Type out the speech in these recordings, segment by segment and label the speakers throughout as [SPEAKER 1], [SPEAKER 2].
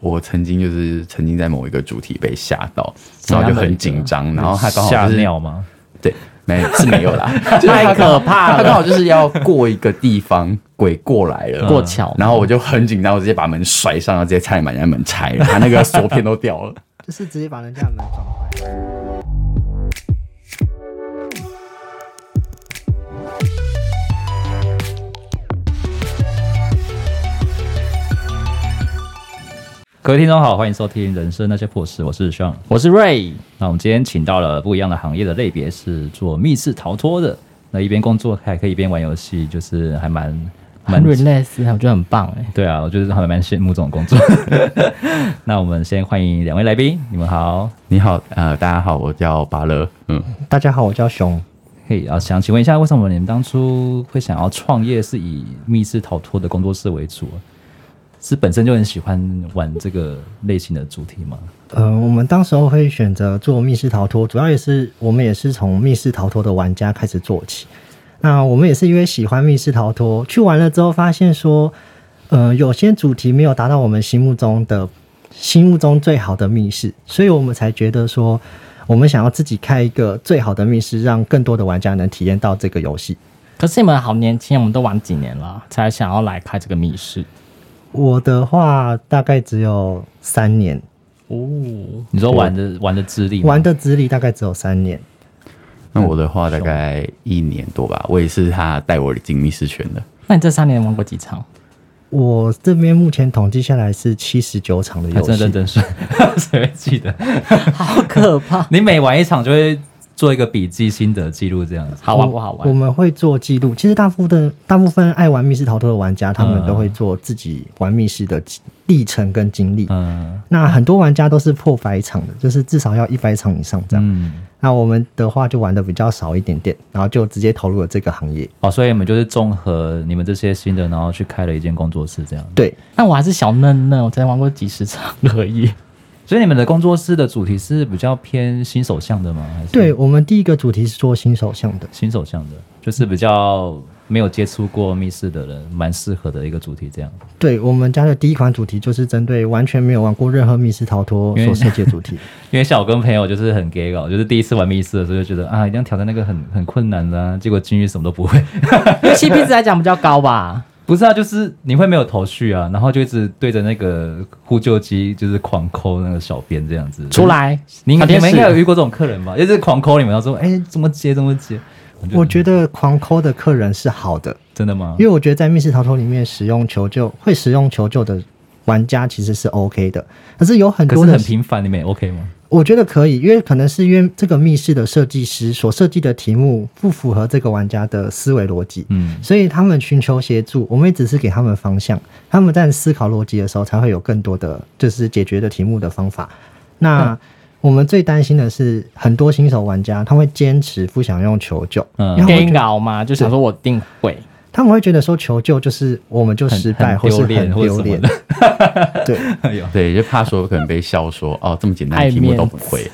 [SPEAKER 1] 我曾经就是曾经在某一个主题被吓到，然后就很紧张，然后他刚好
[SPEAKER 2] 吓
[SPEAKER 1] 就是
[SPEAKER 2] 尿吗？
[SPEAKER 1] 对，没是没有 啦，就是他
[SPEAKER 3] 太可怕
[SPEAKER 1] 他刚
[SPEAKER 3] 了，
[SPEAKER 1] 好就是要过一个地方，鬼过来了，
[SPEAKER 3] 过桥
[SPEAKER 1] 然后我就很紧张，我直接把门甩上，然后直接差点把人家门拆 了，他那个锁片都掉了。
[SPEAKER 4] 就是直接把人家的门撞坏。
[SPEAKER 2] 各位听众好，欢迎收听《人生那些破事》，我是 Sean。
[SPEAKER 3] 我是瑞，
[SPEAKER 2] 那我们今天请到了不一样的行业的类别，是做密室逃脱的。那一边工作还可以一边玩游戏，就是还蛮
[SPEAKER 3] 很
[SPEAKER 2] 蛮
[SPEAKER 3] relax，我觉得很棒哎。
[SPEAKER 2] 对啊，我就是还蛮羡慕这种工作。 那我们先欢迎两位来宾，你们好。
[SPEAKER 1] 你好，呃，大家好，我叫巴勒，嗯，
[SPEAKER 4] 大家好，我叫熊。
[SPEAKER 2] 嘿，啊，想请问一下，为什么你们当初会想要创业，是以密室逃脱的工作室为主啊？是本身就很喜欢玩这个类型的主题吗？
[SPEAKER 4] 呃，我们当时候会选择做密室逃脱，主要也是我们也是从密室逃脱的玩家开始做起。那我们也是因为喜欢密室逃脱，去玩了之后发现说，呃，有些主题没有达到我们心目中的心目中最好的密室，所以我们才觉得说，我们想要自己开一个最好的密室，让更多的玩家能体验到这个游戏。
[SPEAKER 3] 可是你们好年轻，我们都玩几年了，才想要来开这个密室
[SPEAKER 4] 我的话大概只有三年，
[SPEAKER 3] 哦。
[SPEAKER 2] 你说玩的玩的资历吗，
[SPEAKER 4] 玩的资历大概只有三年。
[SPEAKER 1] 那我的话大概一年多吧，我也是他带我进密室圈的。
[SPEAKER 3] 那你这三年玩过几场？
[SPEAKER 4] 我这边目前统计下来是七十九场的
[SPEAKER 2] 还
[SPEAKER 4] 游
[SPEAKER 2] 啊真的认
[SPEAKER 4] 戏，
[SPEAKER 2] 真是， 谁会记得？
[SPEAKER 3] 好可怕！
[SPEAKER 2] 你每玩一场就会做一个笔记、心得记录这样子。
[SPEAKER 3] 好玩不好
[SPEAKER 4] 我
[SPEAKER 3] 玩？
[SPEAKER 4] 们会做记录。其实大部分大部分爱玩密室逃脱的玩家，他们
[SPEAKER 2] 嗯
[SPEAKER 4] 都会做自己玩密室的历程跟经历。
[SPEAKER 2] 嗯
[SPEAKER 4] 那很多玩家都是破百场的，就是至少要一百场以上这样。
[SPEAKER 2] 嗯，
[SPEAKER 4] 那我们的话就玩的比较少一点点，然后就直接投入了这个行业。
[SPEAKER 2] 哦，所以你们就是综合你们这些心得，然后去开了一间工作室这样。
[SPEAKER 4] 对，
[SPEAKER 3] 但我还是小嫩嫩，我才玩过几十场而已。
[SPEAKER 2] 所以你们的工作室的主题是比较偏新手向的吗？还是
[SPEAKER 4] 对我们第一个主题是做新手向的。
[SPEAKER 2] 新手向的，就是比较没有接触过密室的人，蛮适合的一个主题这样。
[SPEAKER 4] 对我们家的第一款主题就是针对完全没有玩过任何密室逃脱
[SPEAKER 2] 因为
[SPEAKER 4] 所设计的 主题。
[SPEAKER 2] 因为像我跟朋友就是很 gay 搞，就是第一次玩密室的时候就觉得啊，一定要挑战那个很很困难的、啊，结果进去什么都不会。
[SPEAKER 3] 因为 CP 值来讲比较高吧，
[SPEAKER 2] 不是啊，就是你会没有头绪啊，然后就一直对着那个呼救机就是狂抠那个小编这样子。
[SPEAKER 3] 出来，啊
[SPEAKER 2] 你
[SPEAKER 3] 小
[SPEAKER 2] 你
[SPEAKER 3] 天
[SPEAKER 2] 们应该有
[SPEAKER 3] 使，
[SPEAKER 2] 遇过这种客人吧？就是狂抠你们，然后说哎、怎么接怎么接？
[SPEAKER 4] 我觉得狂抠的客人是好的，
[SPEAKER 2] 真的吗
[SPEAKER 4] 因？为我觉得在密室逃脱里面使用求救，会使用求救的玩家其实是 OK 的，可是有很
[SPEAKER 2] 可
[SPEAKER 4] 多
[SPEAKER 2] 是
[SPEAKER 4] 的
[SPEAKER 2] 很频繁，你们也 OK 吗？
[SPEAKER 4] 我觉得可以，因为可能是因为这个密室的设计师所设计的题目不符合这个玩家的思维逻辑，
[SPEAKER 2] 嗯，
[SPEAKER 4] 所以他们寻求协助，我们也只是给他们方向，他们在思考逻辑的时候才会有更多的就是解决的题目的方法。那、
[SPEAKER 2] 嗯
[SPEAKER 4] 我们最担心的是，很多新手玩家他会坚持不想用求救，
[SPEAKER 2] 嗯
[SPEAKER 4] 因为他们
[SPEAKER 3] 给
[SPEAKER 4] 觉得
[SPEAKER 3] 搞嘛，就想说我定会。
[SPEAKER 4] 他们会觉得说求救就是我们就
[SPEAKER 2] 很
[SPEAKER 4] 失败，
[SPEAKER 2] 很
[SPEAKER 4] 或
[SPEAKER 2] 丢
[SPEAKER 4] 是很
[SPEAKER 2] 脸或
[SPEAKER 4] 丢
[SPEAKER 2] 什么
[SPEAKER 4] 脸。对
[SPEAKER 2] 哎呦，
[SPEAKER 1] 对，就怕说可能被笑说哦，这么简单的题目都不会。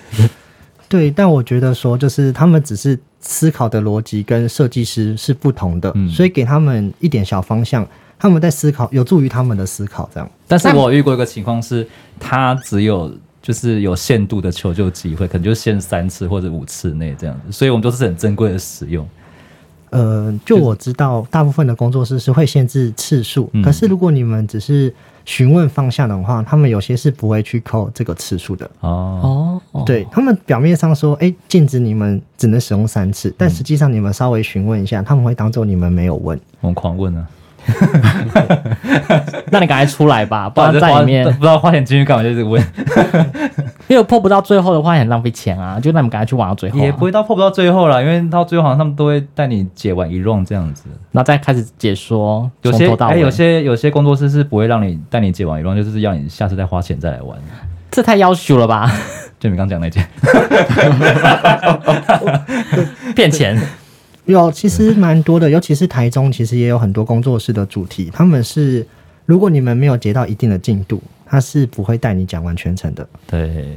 [SPEAKER 4] 对，但我觉得说就是他们只是思考的逻辑跟设计师是不同的，
[SPEAKER 2] 嗯
[SPEAKER 4] 所以给他们一点小方向，他们在思考有助于他们的思考。这样
[SPEAKER 2] 但是我有遇过一个情况是，他只有就是有限度的求救机会，可能就限三次或者五次内这样子，所以我们都是很珍贵的使用。
[SPEAKER 4] 呃，就我知道大部分的工作室是会限制次数，
[SPEAKER 2] 嗯
[SPEAKER 4] 可是如果你们只是询问方向的话，他们有些是不会去扣这个次数的。
[SPEAKER 2] 哦，
[SPEAKER 3] 哦，哦
[SPEAKER 4] 对他们表面上说，哎、禁止你们只能使用三次，但实际上你们稍微询问一下，他们会当做你们没有问。
[SPEAKER 2] 我们狂问啊，
[SPEAKER 3] 那你赶快出来吧，不
[SPEAKER 2] 不
[SPEAKER 3] 然
[SPEAKER 2] 然
[SPEAKER 3] 在里面，
[SPEAKER 2] 不知道花钱进去干嘛，就是问，
[SPEAKER 3] 因为破不到最后的话也很浪费钱啊，就让你们赶快去玩到最后啊、
[SPEAKER 2] 也不会到破不到最后了，因为到最后好像他们都会带你解完一 round 这样子。
[SPEAKER 3] 然后再开始解说，
[SPEAKER 2] 有
[SPEAKER 3] 从
[SPEAKER 2] 些
[SPEAKER 3] 头到
[SPEAKER 2] 哎、
[SPEAKER 3] 尾，
[SPEAKER 2] 有些有些工作室是不会让你带你解完一 round，就是要你下次再花钱再来玩。
[SPEAKER 3] 这太要求了吧，
[SPEAKER 2] 就你刚讲 那件，
[SPEAKER 3] 骗钱。
[SPEAKER 4] 有，其实蛮多的，尤其是台中，其实也有很多工作室的主题，他们是如果你们没有截到一定的进度，他是不会带你讲完全程的。
[SPEAKER 2] 对，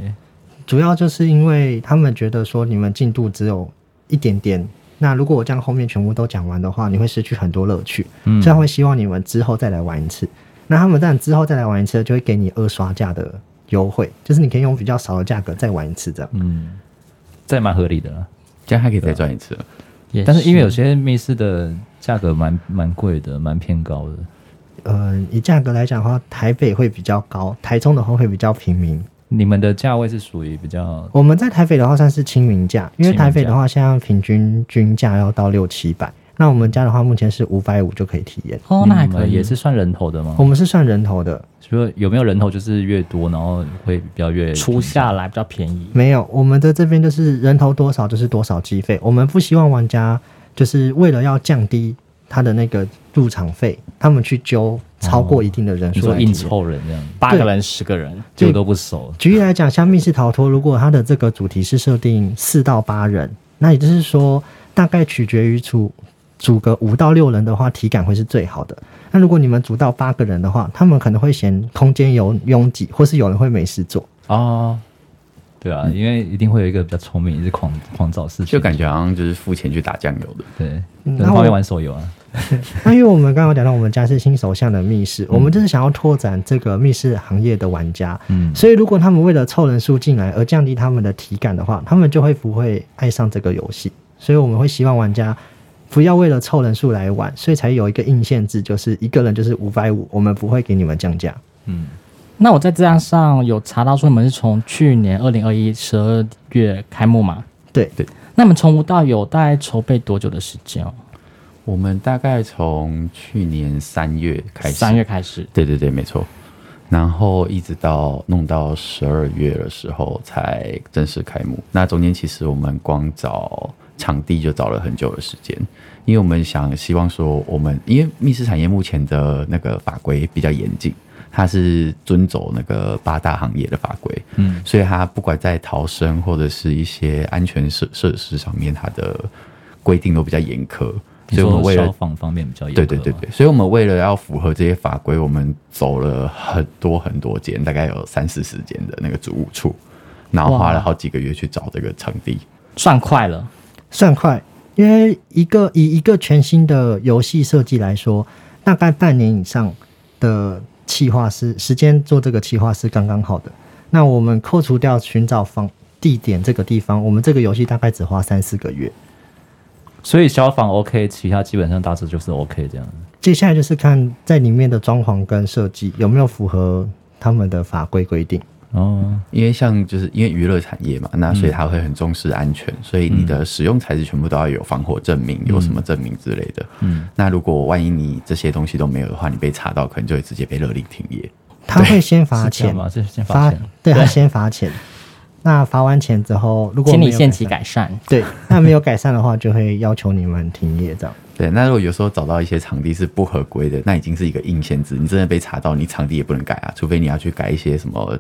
[SPEAKER 4] 主要就是因为他们觉得说你们进度只有一点点，那如果我这样后面全部都讲完的话，你会失去很多乐趣，所以他会希望你们之后再来玩一次。那他们但之后再来玩一次，就会给你二刷价的优惠，就是你可以用比较少的价格再玩一次这样。
[SPEAKER 2] 嗯，这蛮合理的啦。
[SPEAKER 1] 这样还可以再赚一次了。
[SPEAKER 3] 也
[SPEAKER 2] 但是因为有些密室的价格蛮蛮贵的，蛮偏高的。
[SPEAKER 4] 呃，以价格来讲的话，台北会比较高，台中的话会比较平民。
[SPEAKER 2] 你们的价位是属于比
[SPEAKER 3] 哦
[SPEAKER 2] 较
[SPEAKER 4] 我们在台北的话算是亲民价，因为
[SPEAKER 2] 亲民价
[SPEAKER 4] 台北的话现在平均均价要到六七百，那我们家的话目前是五百五就可以体验。
[SPEAKER 3] 哦，那还
[SPEAKER 2] 你
[SPEAKER 3] 可
[SPEAKER 2] 们
[SPEAKER 3] 以，哦
[SPEAKER 2] 也是算人头的吗
[SPEAKER 4] 我？们是算人头的，
[SPEAKER 2] 所以有没有人头就是越多，然后会比较越
[SPEAKER 3] 出下来比较便宜。
[SPEAKER 4] 没有，我们的这边就是人头多少就是多少计费，我们不希望玩家就是为了要降低他的那个入场费，他们去揪超过一定的人
[SPEAKER 2] 哦你
[SPEAKER 4] 数
[SPEAKER 2] 说
[SPEAKER 4] 来体验、
[SPEAKER 2] 硬凑人这样，
[SPEAKER 3] 八个人、十个人，
[SPEAKER 2] 就都不熟。
[SPEAKER 4] 举例来讲，像密室逃脱，如果它的这个主题是设定四到八人，那也就是说，大概取决于组组个五到六人的话，体感会是最好的。那如果你们组到八个人的话，他们可能会嫌空间有拥挤，或是有人会没事做。
[SPEAKER 2] 哦，对啊，因为一定会有一个比较聪明，一直狂狂找事情，
[SPEAKER 1] 就感觉好像就是付钱去打酱油的，
[SPEAKER 2] 对，可
[SPEAKER 4] 嗯
[SPEAKER 2] 能
[SPEAKER 4] 那
[SPEAKER 2] 旁边
[SPEAKER 4] 我
[SPEAKER 2] 玩手游啊，
[SPEAKER 4] 那因为我们刚刚讲到我们家是新手向的密室，我们就是想要拓展这个密室行业的玩家，
[SPEAKER 2] 嗯，
[SPEAKER 4] 所以如果他们为了凑人数进来而降低他们的体感的话，他们就会不会爱上这个游戏。所以我们会希望玩家不要为了凑人数来玩，所以才有一个硬限制，就是一个人就是五百五，我们不会给你们降价。
[SPEAKER 2] 嗯，
[SPEAKER 3] 那我在资料上有查到说，你们是从去年二零二一十二月开幕嘛？
[SPEAKER 4] 对
[SPEAKER 1] 对，
[SPEAKER 3] 那你们从无到有大概筹备多久的时间哦？
[SPEAKER 1] 我们大概从去年三月开始，
[SPEAKER 3] 三月开始，
[SPEAKER 1] 对对对，没错。然后一直到弄到十二月的时候才正式开幕。那中间其实我们光找场地就找了很久的时间，因为我们想希望说，我们因为密室产业目前的那个法规比较严谨，它是遵守那个八大行业的法规，
[SPEAKER 2] 嗯，
[SPEAKER 1] 所以它不管在逃生或者是一些安全设设施上面，它的规定都比较严苛。
[SPEAKER 2] 你
[SPEAKER 1] 所以我们
[SPEAKER 2] 说
[SPEAKER 1] 为了
[SPEAKER 2] 消防方面比较严，
[SPEAKER 1] 对对对，对，所以我们为了要符合这些法规，我们走了很多很多间，大概有三四十间的那个主务处，然后花了好几个月去找这个场地。
[SPEAKER 3] 算快了，
[SPEAKER 4] 算快，因为一个以一个全新的游戏设计来说，大概半年以上的企划是时间做这个企划是刚刚好的。那我们扣除掉寻找方地点这个地方，我们这个游戏大概只花三四个月。
[SPEAKER 2] 所以消防 OK，其他基本上大致就是 OK 这样。
[SPEAKER 4] 接下来就是看在里面的装潢跟设计有没有符合他们的法规规定。
[SPEAKER 2] 哦，
[SPEAKER 1] 因为像就是因为娱乐产业嘛，那所以他会很重视安全，所以你的使用材质全部都要有防火证明，有什么证明之类的。嗯，那如果万一你这些东西都没有的话，你被查到可能就会直接被勒令停业。
[SPEAKER 4] 他会先罚
[SPEAKER 2] 哦是这样
[SPEAKER 4] 钱，
[SPEAKER 2] 吗？是先罚钱，
[SPEAKER 4] 对他先罚钱。那罚完钱之后，如果
[SPEAKER 3] 请
[SPEAKER 4] 没
[SPEAKER 3] 你
[SPEAKER 4] 有
[SPEAKER 3] 限期
[SPEAKER 4] 改
[SPEAKER 3] 改善。
[SPEAKER 4] 善，对，那没有改善的话，就会要求你们停业这样。
[SPEAKER 1] 对，那如果有时候找到一些场地是不合规的，那已经是一个硬限制，你真的被查到，你场地也不能改啊，除非你要去改一些什么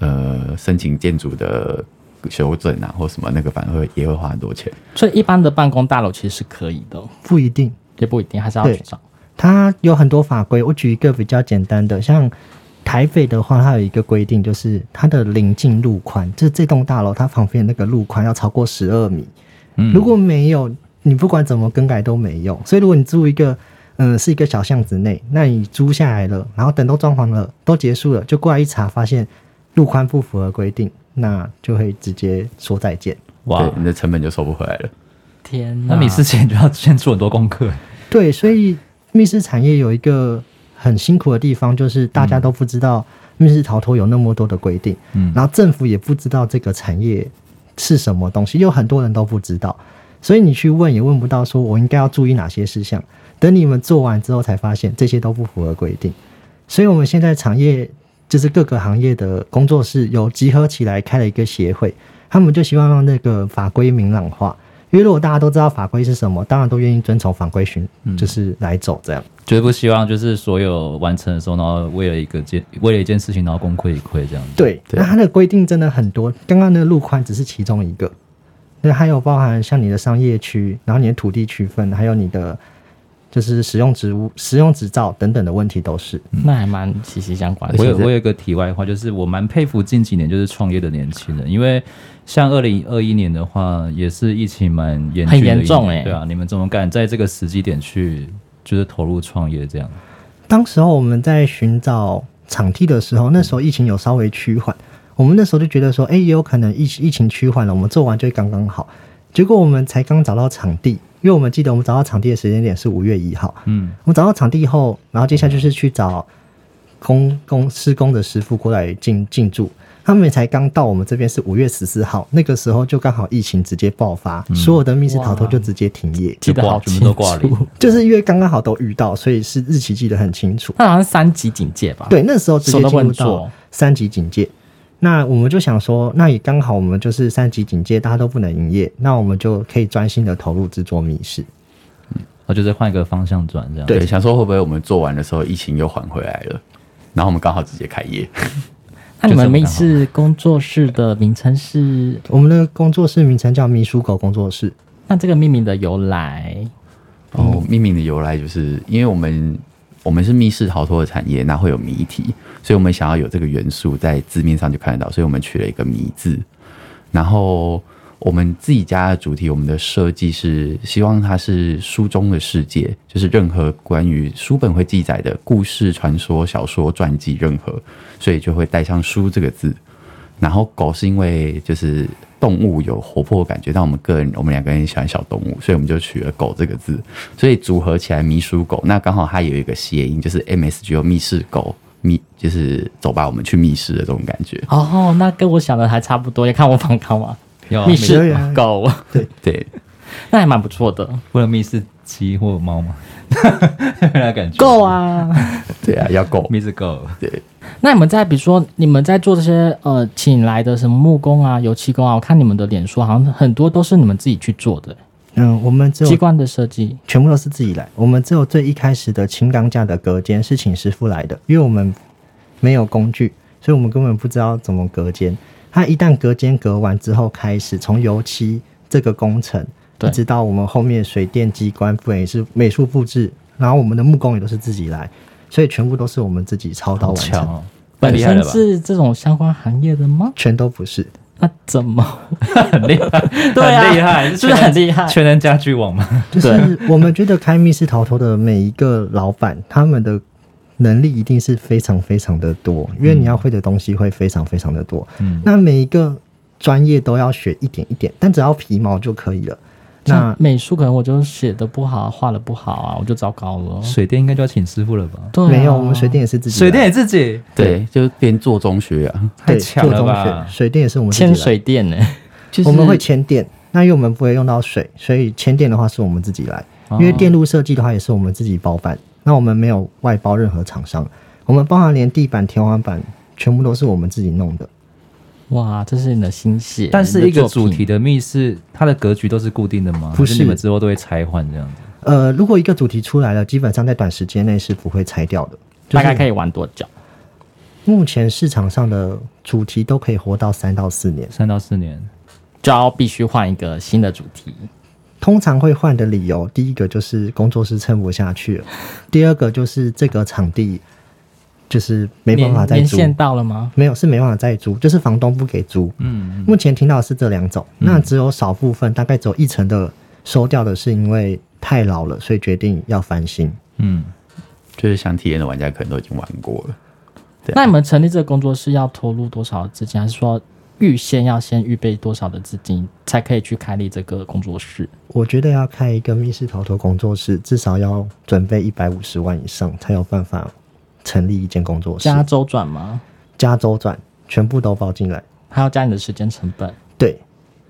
[SPEAKER 1] 呃申请建筑的修正啊，或什么那个反而会也会花很多钱。
[SPEAKER 3] 所以一般的办公大楼其实是可以的哦，
[SPEAKER 4] 不一定，
[SPEAKER 3] 也不一定，还是要去
[SPEAKER 4] 对
[SPEAKER 3] 找。
[SPEAKER 4] 它有很多法规。我举一个比较简单的，像台北的话，它有一个规定，就是它的临近路宽，就是这栋大楼它旁边那个路宽要超过十二米。如果没有，你不管怎么更改都没用。所以如果你租一个，嗯，是一个小巷子内，那你租下来了，然后等都装潢了，都结束了，就过来一查，发现路宽不符合规定，那就会直接说再见。
[SPEAKER 2] 哇
[SPEAKER 1] 对，！你的成本就收不回来了。
[SPEAKER 3] 天哪，
[SPEAKER 2] 那你事前就要先做很多功课，
[SPEAKER 4] 对，所以密室产业有一个很辛苦的地方，就是大家都不知道密室逃脱有那么多的规定，
[SPEAKER 2] 嗯
[SPEAKER 4] 然后政府也不知道这个产业是什么东西，有很多人都不知道，所以你去问也问不到，说我应该要注意哪些事项。等你们做完之后，才发现这些都不符合规定，所以我们现在产业就是各个行业的工作室有集合起来开了一个协会，他们就希望让那个法规明朗化。因为如果大家都知道法规是什么，当然都愿意遵从法规循，就是来走这样。
[SPEAKER 2] 绝不希望 就是所有完成的时候，然后为了一个件为了一件事情，然后功亏一篑这样子。
[SPEAKER 4] 对，那它的规定真的很多，刚刚那个路宽只是其中一个，那还有包含像你的商业区，然后你的土地区分，还有你的就是使用职务、使用执照等等的问题都是。
[SPEAKER 3] 那还蛮息息相关的。
[SPEAKER 2] 我有
[SPEAKER 1] 而且这
[SPEAKER 2] 我有一个题外话，就是我蛮佩服近几年就是创业的年轻人，因为像二零二一年的话，也是疫情蛮严峻的
[SPEAKER 3] 很严重
[SPEAKER 2] 一年
[SPEAKER 3] 欸
[SPEAKER 2] 对啊，你们怎么敢在这个时机点去就是投入创业这样？
[SPEAKER 4] 当时候我们在寻找场地的时候，那时候疫情有稍微趋缓，我们那时候就觉得说，哎，也有可能疫疫情趋缓了，我们做完就会刚刚好。结果我们才刚找到场地，因为我们记得我们找到场地的时间点是五月一号。
[SPEAKER 2] 嗯，
[SPEAKER 4] 我们找到场地以后，然后接下来就是去找工工施工的师傅过来进进驻。他们才刚到我们这边是五月十四号，那个时候就刚好疫情直接爆发，所有的密室逃脱就直接停业，
[SPEAKER 3] 嗯记得好
[SPEAKER 2] 嗯全部都挂
[SPEAKER 3] 清楚
[SPEAKER 2] 零
[SPEAKER 4] 就是因为刚刚好都遇到，所以是日期记得很清楚。
[SPEAKER 3] 那好像是三级警戒吧？
[SPEAKER 4] 对，，那时候直接
[SPEAKER 3] 什么都
[SPEAKER 4] 进
[SPEAKER 3] 不能
[SPEAKER 4] 入到
[SPEAKER 3] 做
[SPEAKER 4] 三级警戒。那我们就想说，那也刚好我们就是三级警戒，大家都不能营业，那我们就可以专心的投入制作密室。
[SPEAKER 2] 我就是换一个方向转这样。
[SPEAKER 1] 对，想说会不会我们做完的时候疫情又缓回来了，然后我们刚好直接开业。
[SPEAKER 3] 那你
[SPEAKER 2] 就这
[SPEAKER 3] 们
[SPEAKER 2] 么
[SPEAKER 3] 密
[SPEAKER 2] 刚好
[SPEAKER 3] 室工作室的名称是？
[SPEAKER 4] 我们的工作室名称叫“迷书狗工作室
[SPEAKER 3] 那这个命名的由来，
[SPEAKER 1] 哦，命名的由来就是因为我们我们是密室逃脱的产业，那会有谜题，所以我们想要有这个元素在字面上就看得到，所以我们取了一个“谜”字。然后我们自己家的主题，我们的设计是希望它是书中的世界，就是任何关于书本会记载的故事、传说、小说、传记，任何，所以就会带上“书”这个字。然后狗是因为就是动物有活泼的感觉，但我们个人我们两个人喜欢小动物，所以我们就取了“狗”这个字，所以组合起来“迷书狗”，那刚好它有一个谐音，就是 MSG 密室狗。密就是走吧，我们去密室的这种感觉。
[SPEAKER 3] 哦，那跟我想的还差不多。要看我仿纲吗？
[SPEAKER 2] 有啊
[SPEAKER 3] 密
[SPEAKER 4] 对
[SPEAKER 3] 室
[SPEAKER 4] 啊
[SPEAKER 3] 狗，
[SPEAKER 1] 对，
[SPEAKER 3] 那还蛮不错的。
[SPEAKER 2] 不能密室鸡或猫吗？那感觉
[SPEAKER 3] 够 啊！
[SPEAKER 1] 对啊，要狗。
[SPEAKER 2] 密室狗，
[SPEAKER 3] 那你们在比如说你们在做这些呃请来的什么木工啊、油漆工啊，我看你们的脸书好像很多都是你们自己去做的，”。
[SPEAKER 4] 嗯，我们只
[SPEAKER 3] 机
[SPEAKER 4] 有
[SPEAKER 3] 关的设计。
[SPEAKER 4] 全部都是自己来，我们只有最一开始的轻钢架的隔间是请师傅来的，因为我们没有工具，所以我们根本不知道怎么隔间。它一旦隔间隔完之后，开始从油漆这个工程，
[SPEAKER 3] 对
[SPEAKER 4] 一直到我们后面水电机关、美是美术布置，然后我们的木工也都是自己来，所以全部都是我们自己操
[SPEAKER 2] 好
[SPEAKER 4] 刀完成，
[SPEAKER 2] 强哦，太
[SPEAKER 3] 本
[SPEAKER 2] 厉害
[SPEAKER 3] 身
[SPEAKER 2] 了吧？
[SPEAKER 3] 是这种相关行业的吗？
[SPEAKER 4] 全都不是。
[SPEAKER 3] 那怎么？
[SPEAKER 2] 很厉害，
[SPEAKER 3] 对啊
[SPEAKER 2] 很厉害，
[SPEAKER 3] 是不是很厉害
[SPEAKER 2] 全能家居网吗？
[SPEAKER 4] 就是我们觉得开密室逃脱的每一个老板，他们的能力一定是非常非常的多，因为你要会的东西会非常非常的多。
[SPEAKER 2] 嗯
[SPEAKER 4] 那每一个专业都要学一点一点，但只要皮毛就可以了。
[SPEAKER 2] 嗯
[SPEAKER 4] 那
[SPEAKER 3] 像美术可能我就写的不好，画的不好啊，我就糟糕了。
[SPEAKER 2] 水电应该就要请师傅了吧？
[SPEAKER 3] 对啊、
[SPEAKER 4] 没有，我们水电也是自己来，啊
[SPEAKER 2] 水电也自己，
[SPEAKER 1] 对，就是边做中学啊，
[SPEAKER 2] 太
[SPEAKER 4] 对
[SPEAKER 2] 强了
[SPEAKER 4] 做中
[SPEAKER 2] 吧
[SPEAKER 4] 学？水电也是我们自己来啊
[SPEAKER 3] 铅，水电欸呢、
[SPEAKER 1] 就是
[SPEAKER 4] 我们会牵电。那因为我们不会用到水，所以牵电的话是我们自己来。
[SPEAKER 3] 哦
[SPEAKER 4] 因为电路设计的话也是我们自己包办，那我们没有外包任何厂商，我们包含连地板、天花板全部都是我们自己弄的。
[SPEAKER 3] 哇，这是你的心血。
[SPEAKER 2] 但是一个主
[SPEAKER 3] 你
[SPEAKER 2] 题
[SPEAKER 3] 的
[SPEAKER 2] 的密室，它的格局都是固定的吗？
[SPEAKER 4] 不
[SPEAKER 2] 还
[SPEAKER 4] 是
[SPEAKER 2] 是，你们之后都会拆换这样子。
[SPEAKER 4] 呃，如果一个主题出来了，基本上在短时间内是不会拆掉的。
[SPEAKER 3] 作品大概
[SPEAKER 4] 以。
[SPEAKER 3] 可以玩多久？
[SPEAKER 4] 目前市场上的主题都可以活到三到四年，
[SPEAKER 2] 三到四年，
[SPEAKER 3] 就要必须换一个新的主题。
[SPEAKER 4] 通常会换的理由，第一个就是工作室撑不下去了，第二个就是这个场地就是没办法
[SPEAKER 3] 年
[SPEAKER 4] 再
[SPEAKER 3] 年
[SPEAKER 4] 租，
[SPEAKER 3] 限到了吗？
[SPEAKER 4] 没有是没办法再租，就是房东不给租。
[SPEAKER 2] 嗯，
[SPEAKER 4] 目前听到的是这两种，那只有少部分，大概只有一成的收掉的是因为太老了，所以决定要翻新。
[SPEAKER 2] 嗯，
[SPEAKER 1] 就是想体验的玩家可能都已经玩过了。对啊
[SPEAKER 3] 那你们成立这个工作室要投入多少资金，还是说预先要先预备多少的资金才可以去开立这个工作室？
[SPEAKER 4] 我觉得要开一个密室逃脱工作室，至少要准备一百五十万以上，才有办法成立一间工作室。
[SPEAKER 3] 加周转吗？
[SPEAKER 4] 加州转全部都包进来，
[SPEAKER 3] 还要加你的时间成本，
[SPEAKER 4] 对，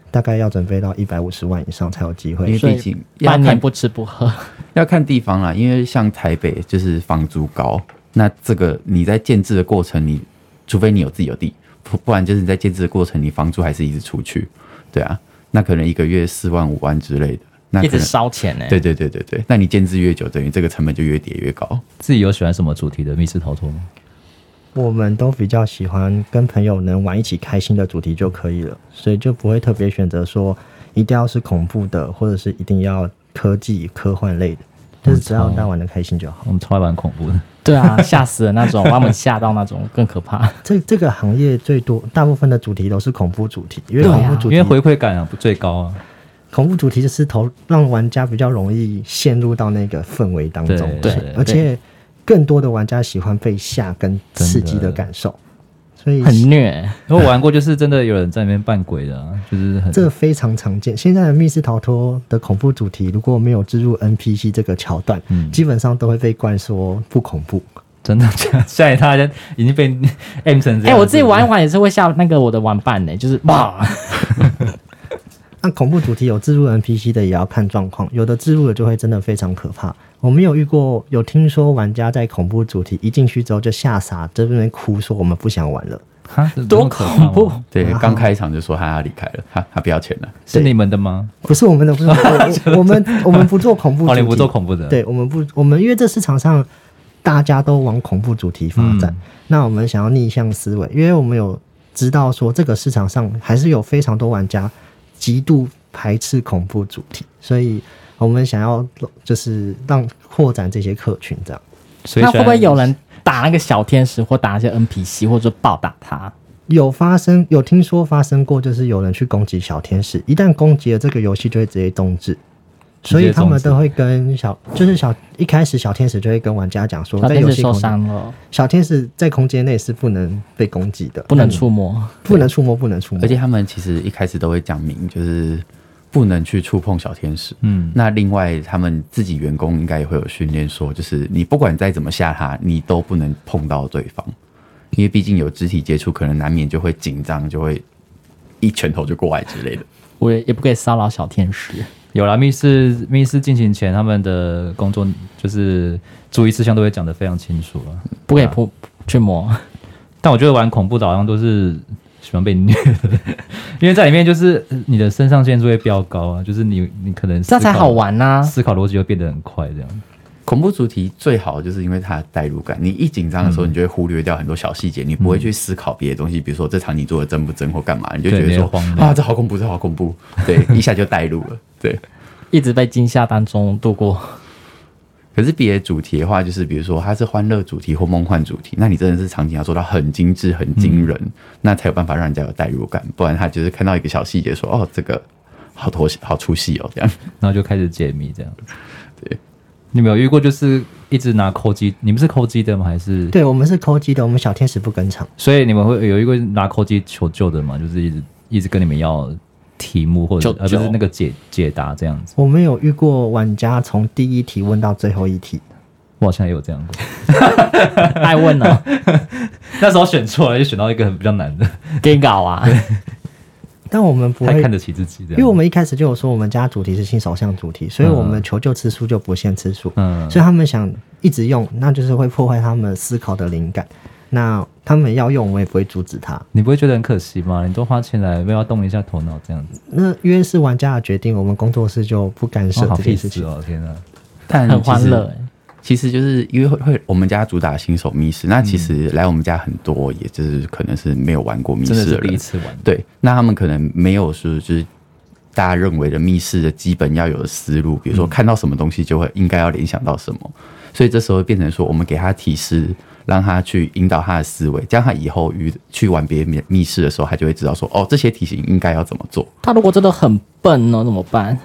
[SPEAKER 4] 大概要准备到一百五十万以上才有机
[SPEAKER 1] 因
[SPEAKER 4] 会
[SPEAKER 1] 为。
[SPEAKER 3] 所
[SPEAKER 1] 毕
[SPEAKER 3] 以
[SPEAKER 1] 竟要
[SPEAKER 3] 半
[SPEAKER 1] 看
[SPEAKER 3] 年不吃不喝，
[SPEAKER 1] 要看地方啦，因为像台北就是房租高，那这个你在建制的过程你，除非你有自己有地，不不然就是你在建制的过程，你房租还是一直出去，对啊，那可能一个月四万五万之类的，那
[SPEAKER 3] 一
[SPEAKER 1] 可
[SPEAKER 3] 直
[SPEAKER 1] 能
[SPEAKER 3] 烧钱欸呢、
[SPEAKER 1] 对对对对对，那你建制越久，等于这个成本就越叠越高。
[SPEAKER 2] 自己有喜欢什么主题的密室逃脱吗？
[SPEAKER 4] 我们都比较喜欢跟朋友能玩一起开心的主题就可以了，所以就不会特别选择说一定要是恐怖的，或者是一定要科技科幻类的，就是只要大家玩的开心就好。
[SPEAKER 2] 我们超爱玩恐怖的，
[SPEAKER 3] 对啊，吓死人那种，把我们吓到那种更可怕。
[SPEAKER 4] 这这个行业最多大部分的主题都是恐怖主题，因为
[SPEAKER 3] 对啊
[SPEAKER 4] 恐怖主
[SPEAKER 2] 因
[SPEAKER 4] 题、
[SPEAKER 2] 为回馈感啊不最高啊。
[SPEAKER 4] 恐怖主题就是投让玩家比较容易陷入到那个氛围当中，
[SPEAKER 2] 对
[SPEAKER 4] 所以
[SPEAKER 2] 对
[SPEAKER 4] 而且更多的玩家喜欢被吓跟刺激的感受，所以
[SPEAKER 3] 很虐，欸
[SPEAKER 2] 因为我玩过，就是真的有人在里面扮鬼的、啊，就是很
[SPEAKER 4] 这个非常常见。现在的密室逃脱的恐怖主题，如果没有植入 NPC 这个桥段，
[SPEAKER 2] 嗯
[SPEAKER 4] 基本上都会被灌说不恐怖。
[SPEAKER 2] 真的 吓吓一大家已经被 M 成这
[SPEAKER 3] 哎、
[SPEAKER 2] 样。
[SPEAKER 3] 我自己玩一，玩也是会吓那个我的玩伴呢、欸就是哇，
[SPEAKER 4] 那恐怖主题有置入 NPC 的，也要看状况，有的置入的就会真的非常可怕。我们有遇过，有听说玩家在恐怖主题一进去之后就吓傻，这边哭说我们不想玩了。
[SPEAKER 2] 哈，这
[SPEAKER 3] 多
[SPEAKER 2] 这么可怕吗
[SPEAKER 3] 恐怖！
[SPEAKER 1] 对，刚开场就说他要离开了，他他不要钱了。
[SPEAKER 2] 是你们的吗？
[SPEAKER 4] 不是我们的，不是我们的我我们我们不做恐怖主
[SPEAKER 2] 哦，
[SPEAKER 4] 题，
[SPEAKER 2] 你不做恐怖的，，
[SPEAKER 4] 对，我们不，我们因为这市场上大家都往恐怖主题发展，
[SPEAKER 2] 嗯
[SPEAKER 4] 那我们想要逆向思维，因为我们有知道说这个市场上还是有非常多玩家极度排斥恐怖主题，所以我们想要就是让扩展这些客群这样。
[SPEAKER 2] 所以
[SPEAKER 3] 那会不会有
[SPEAKER 2] 人？
[SPEAKER 3] 人打那个小天使或打一些 NPC 或者暴打他？
[SPEAKER 4] 有发生，有听说发生过，就是有人去攻击小天使，一旦攻击了这个游戏就会直接终止，
[SPEAKER 2] 直接
[SPEAKER 4] 所以他们
[SPEAKER 2] 终止
[SPEAKER 4] 都会跟小，就是小一开始小天使就会跟玩家讲说，
[SPEAKER 3] 小
[SPEAKER 4] 在
[SPEAKER 3] 天
[SPEAKER 4] 游
[SPEAKER 3] 使
[SPEAKER 4] 戏
[SPEAKER 3] 受
[SPEAKER 4] 空间
[SPEAKER 3] 伤了，
[SPEAKER 4] 小天使在空间内是不能被攻击的，嗯
[SPEAKER 3] 不能触摸。
[SPEAKER 4] 不能触摸，不能触摸
[SPEAKER 1] 而。且他们其实一开始都会讲明，就是不能去触碰小天使。
[SPEAKER 2] 嗯，
[SPEAKER 1] 那另外，他们自己员工应该也会有训练，说就是你不管再怎么吓他，你都不能碰到对方，因为毕竟有肢体接触，可能难免就会紧张，就会一拳头就过来之类的。
[SPEAKER 3] 我也也不可以骚扰小天 使，
[SPEAKER 2] 有啦，密室密室进行前，他们的工作就是注意事项都会讲得非常清楚了。
[SPEAKER 3] 不可
[SPEAKER 4] 啊
[SPEAKER 3] 以扑去摸。
[SPEAKER 2] 但我觉得玩恐怖的好像都是喜欢被虐的， 因为在里面就是呃你的肾上腺素会飙高啊，就是你你可能
[SPEAKER 3] 这样才
[SPEAKER 2] 思考
[SPEAKER 3] 好、玩啊呐、
[SPEAKER 2] 思考逻辑会变得很快这样。
[SPEAKER 1] 恐怖主题最好就是因为它的代入感，你一紧张的时候，你就会忽略掉很多小细节，你不会去思考别的东西，比如说这场你做的真不真或干嘛，你就觉
[SPEAKER 2] 对
[SPEAKER 1] 得
[SPEAKER 2] 你会
[SPEAKER 1] 说
[SPEAKER 2] 慌掉
[SPEAKER 1] 啊，这好恐怖，这好恐怖，对，一下就带入了，对。
[SPEAKER 3] 一直被惊吓当中度过。
[SPEAKER 1] 可是别的主题的话，就是比如说它是欢乐主题或梦幻主题，那你真的是场景要做到很精致、很惊
[SPEAKER 2] 嗯
[SPEAKER 1] 人，那才有办法让人家有代入感。不然他就是看到一个小细节说哦，这个好脱好出戏哦，这样。
[SPEAKER 2] 然后就开始解密这样。
[SPEAKER 1] 对，
[SPEAKER 2] 你们有遇过就是一直拿扣机？你们是扣机的吗？还是？
[SPEAKER 4] 对我们是抠机的，我们小天使不跟场。
[SPEAKER 2] 所以你们会有一个拿扣机求救的吗？就是一直一直跟你们要题目或者
[SPEAKER 3] 求
[SPEAKER 2] 而不
[SPEAKER 3] 救
[SPEAKER 2] 是那个解解答这样子。
[SPEAKER 4] 我们有遇过玩家从第一题问到最后一题，
[SPEAKER 2] 我好像也有这样过，
[SPEAKER 3] 爱问啊 了，
[SPEAKER 2] 那时候选错了，就选到一个很比较难的，
[SPEAKER 3] 给搞啊！
[SPEAKER 4] 但我们不
[SPEAKER 2] 太
[SPEAKER 4] 会
[SPEAKER 2] 看，得起自己的。
[SPEAKER 4] 因为我们一开始就有说我们家主题是新手向主题，所以
[SPEAKER 2] 嗯
[SPEAKER 4] 我们求救次数就不限次数。
[SPEAKER 2] 嗯
[SPEAKER 4] 所以他们想一直用，那就是会破坏他们思考的灵感。那他们要用，我也不会阻止他。
[SPEAKER 2] 你不会觉得很可惜吗？你都花钱来，不要动一下头脑这样子，
[SPEAKER 4] 那因为是玩家的决定，我们工作室就不干涉
[SPEAKER 2] 哦、好
[SPEAKER 4] 这
[SPEAKER 2] 屁
[SPEAKER 4] 件事情
[SPEAKER 2] 事。哦！天啊，
[SPEAKER 1] 但
[SPEAKER 3] 很欢
[SPEAKER 1] 其实
[SPEAKER 3] 乐欸
[SPEAKER 1] 其实就是因为会会，我们家主打新手密室，那其
[SPEAKER 2] 嗯
[SPEAKER 1] 实来我们家很多，也就是可能是没有玩过密
[SPEAKER 2] 真的
[SPEAKER 1] 室
[SPEAKER 2] 是
[SPEAKER 1] 的
[SPEAKER 2] 第一
[SPEAKER 1] 人，
[SPEAKER 2] 次玩，
[SPEAKER 1] 对，那他们可能没有说就是大家认为的密室的基本要有的思路，比如说看到什么东西就会应该要联想到什么，所以这时候变成说我们给他提示，让他去引导他的思维，这样他以后遇去玩别的密密室的时候，他就会知道说哦这些题型应该要怎么做。
[SPEAKER 3] 他如果真的很笨哦呢，怎么办？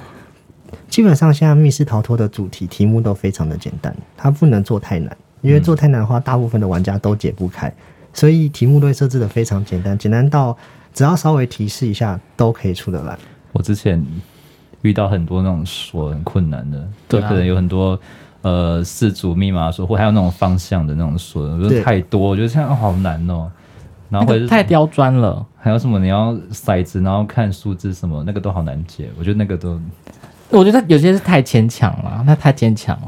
[SPEAKER 4] 基本上现在密室逃脱的主题题目都非常的简单，它不能做太难，因为做太难的话，大部分的玩家都解不开，所以题目都会设置的非常简单，简单到只要稍微提示一下都可以出得来。
[SPEAKER 2] 我之前遇到很多那种锁很困难的，
[SPEAKER 3] 对
[SPEAKER 2] 就
[SPEAKER 3] 啊
[SPEAKER 2] 可能有很多呃四组密码锁，或还有那种方向的那种锁，我觉得
[SPEAKER 4] 对
[SPEAKER 2] 太多，我觉得这样、哦好难哦。然
[SPEAKER 3] 那
[SPEAKER 2] 后或者
[SPEAKER 3] 个
[SPEAKER 2] 是
[SPEAKER 3] 太刁钻了，
[SPEAKER 2] 还有什么你要骰子，然后看数字什么，那个都好难解，我觉得那个都。
[SPEAKER 3] 我觉得有些是太牵强了，那太牵强。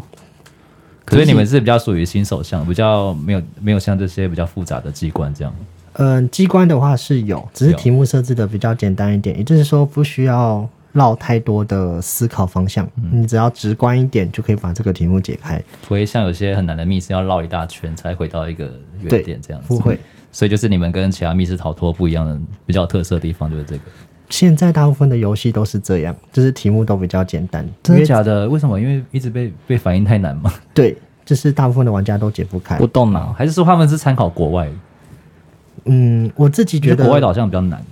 [SPEAKER 1] 可是
[SPEAKER 2] 所以你们是比较属于新手向，比较没有没有像这些比较复杂的机关这样。
[SPEAKER 4] 嗯、机关的话是有，只是
[SPEAKER 2] 有
[SPEAKER 4] 题目设置的比较简单一点，也就是说不需要绕太多的思考方向，
[SPEAKER 2] 嗯
[SPEAKER 4] 你只要直观一点就可以把这个题目解开。
[SPEAKER 2] 不会像有些很难的密室要绕一大圈才回到一个原
[SPEAKER 4] 对
[SPEAKER 2] 点这样子，
[SPEAKER 4] 不会。
[SPEAKER 2] 所以就是你们跟其他密室逃脱不一样的比较有特色的地方就是这个，
[SPEAKER 4] 现在大部分的游戏都是这样，就是题目都比较简单，
[SPEAKER 2] 真
[SPEAKER 4] 因
[SPEAKER 2] 的
[SPEAKER 4] 为
[SPEAKER 2] 假的？为什么？因为一直被被反应太难嘛，
[SPEAKER 4] 对，就是大部分的玩家都解不开
[SPEAKER 3] 不。动脑，
[SPEAKER 2] 还是说他们是参考国外？
[SPEAKER 4] 嗯，我自己觉
[SPEAKER 2] 觉得
[SPEAKER 4] 得
[SPEAKER 2] 国外的好像比较难，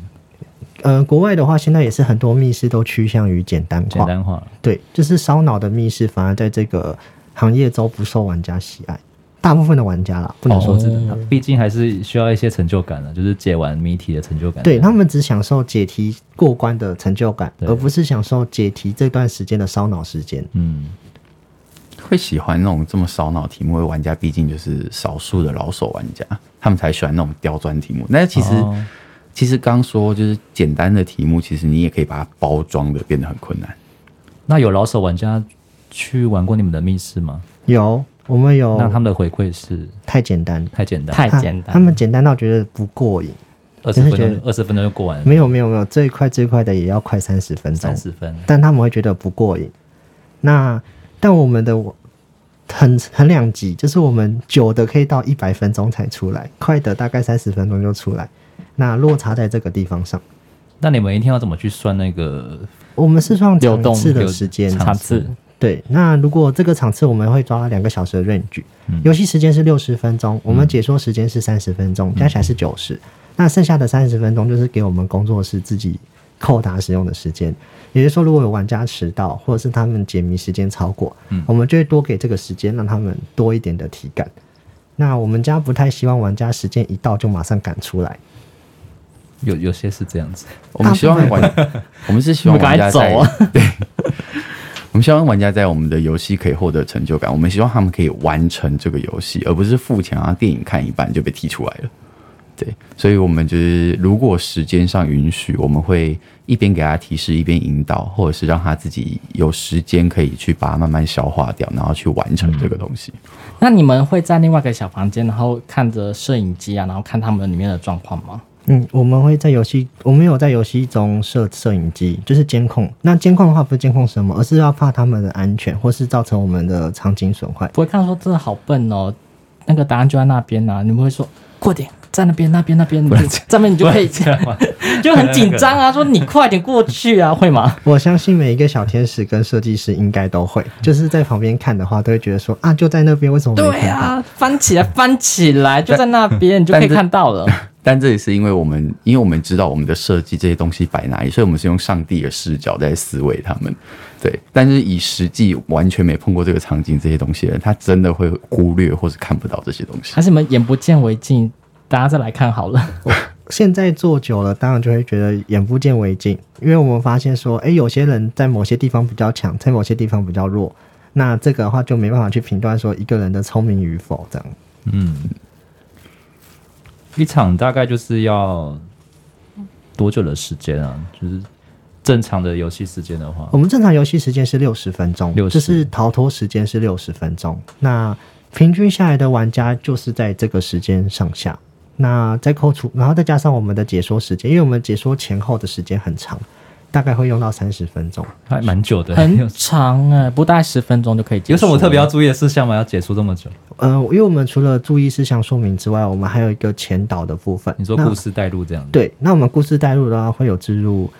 [SPEAKER 4] 呃，国外的话，现在也是很多密室都趋向于简单化，
[SPEAKER 2] 简单化。
[SPEAKER 4] 对，就是烧脑的密室反而在这个行业中不受玩家喜爱。大大部分的玩家啦，不
[SPEAKER 2] 哦
[SPEAKER 4] 能说只能他们。
[SPEAKER 2] 毕竟还是需要一些成就感的，就是解完谜题的成就感。
[SPEAKER 4] 对他们只享受解题过关的成就感，
[SPEAKER 2] 对
[SPEAKER 4] 而不是享受解题这段时间的烧脑时间。
[SPEAKER 2] 嗯，
[SPEAKER 1] 会喜欢那种这么烧脑题目的玩家，毕竟就是少数的老手玩家，他们才喜欢那种刁钻题目。那其实、
[SPEAKER 2] 哦
[SPEAKER 1] 其实刚说就是简单的题目，其实你也可以把它包装的变得很困难。
[SPEAKER 2] 那有老手玩家去玩过你们的密室吗？
[SPEAKER 4] 有，我们有
[SPEAKER 2] 那他们的回馈是
[SPEAKER 4] 哦太简单，
[SPEAKER 2] 太简单，
[SPEAKER 3] 太简
[SPEAKER 4] 他
[SPEAKER 3] 单，
[SPEAKER 4] 们简单到觉得不过瘾。
[SPEAKER 2] 二十分
[SPEAKER 4] 真的
[SPEAKER 2] 钟，二十分钟就过完了，
[SPEAKER 4] 没有没有没有，最快最快的也要快三十分钟
[SPEAKER 2] 三，十分。
[SPEAKER 4] 但他们会觉得不过瘾。那但我们的我很很两极，就是我们久的可以到一百分钟才出来，快的大概三十分钟就出来。那落差在这个地方上，
[SPEAKER 2] 那你们一天要怎么去算那个？
[SPEAKER 4] 我们是算
[SPEAKER 3] 流
[SPEAKER 4] 场
[SPEAKER 3] 动
[SPEAKER 4] 次的
[SPEAKER 2] 流
[SPEAKER 4] 时间，
[SPEAKER 2] 场
[SPEAKER 3] 场次
[SPEAKER 4] 对，那如果这个场次我们会抓两个小时的 range，、游戏时间是六十分钟，我们解说时间是三十分钟，加起来是九十、那剩下的三十分钟就是给我们工作室自己扣打使用的时间。也就是说，如果有玩家迟到，或者是他们解谜时间超过，我们就会多给这个时间，让他们多一点的体感。那我们家不太希望玩家时间一到就马上赶出来，
[SPEAKER 2] 有有些是这样子，
[SPEAKER 1] 我们希望玩，我们是希望玩家在
[SPEAKER 3] 我们赶
[SPEAKER 1] 对，我们希望玩家在我们的游戏可以获得成就感。我们希望他们可以完成这个游戏，而不是付钱啊电影看一半就被踢出来了。对，所以我们就是如果时间上允许，我们会一边给他提示，一边引导，或者是让他自己有时间可以去把它慢慢消化掉，然后去完成这个东西。
[SPEAKER 3] 那你们会在另外一个小房间，然后看着摄影机啊，然后看他们里面的状况吗？
[SPEAKER 4] 嗯，我们会在游戏，我们有在游戏中设摄影机，就是监控。那监控的话，不是监控什么，而是要怕他们的安全，或是造成我们的场景损坏。
[SPEAKER 3] 不会看说真的好笨哦，那个答案就在那边啊，你们会说快点，在那边那边那边， 你就在那边你就可以， 就很紧张啊，说你快点过去啊，会吗？
[SPEAKER 4] 我相信每一个小天使跟设计师应该都会，就是在旁边看的话，都会觉得说啊，就在那边，为什么没
[SPEAKER 3] 对
[SPEAKER 4] 看到？
[SPEAKER 3] 啊，翻起来翻起来，就在那边，你就可以看到 了。
[SPEAKER 1] 但这也是因为我们，因为我们知道我们的设计这些东西摆哪里，所以我们是用上帝的视角在思维他们。对，但是以实际完全没碰过这个场景这些东西的人，他真的会忽略或是看不到这些东西
[SPEAKER 3] 还。是你们眼不见为净，大家再来看好了。
[SPEAKER 4] 现在做久了，当然就会觉得眼不见为净，因为我们发现说，哎诶，有些人在某些地方比较强，在某些地方比较弱。那这个的话就没办法去评断说一个人的聪明与否，这样。
[SPEAKER 2] 一场大概就是要多久的时间啊？就是正常的游戏时间的话
[SPEAKER 4] 我，们正常游戏时间是六十分钟，
[SPEAKER 2] 60
[SPEAKER 4] 就是逃脱时间是六十分钟。那平均下来的玩家就是在这个时间上下。那再扣除，然后再加上我们的解说时间，因为我们解说前后的时间很长，大概会用到三十分钟。
[SPEAKER 2] 还蛮久的。有
[SPEAKER 3] 很长哎、不大概十分钟就可以结束。
[SPEAKER 2] 有什么特别要？注意的事项吗？要解说这么久？
[SPEAKER 4] 呃，因为我们除了注意事项说明之外，我们还有一个前导的部分。
[SPEAKER 2] 你说
[SPEAKER 4] 那
[SPEAKER 2] 故事带入这样子，
[SPEAKER 4] 对，那我们故事带入的话，会有置入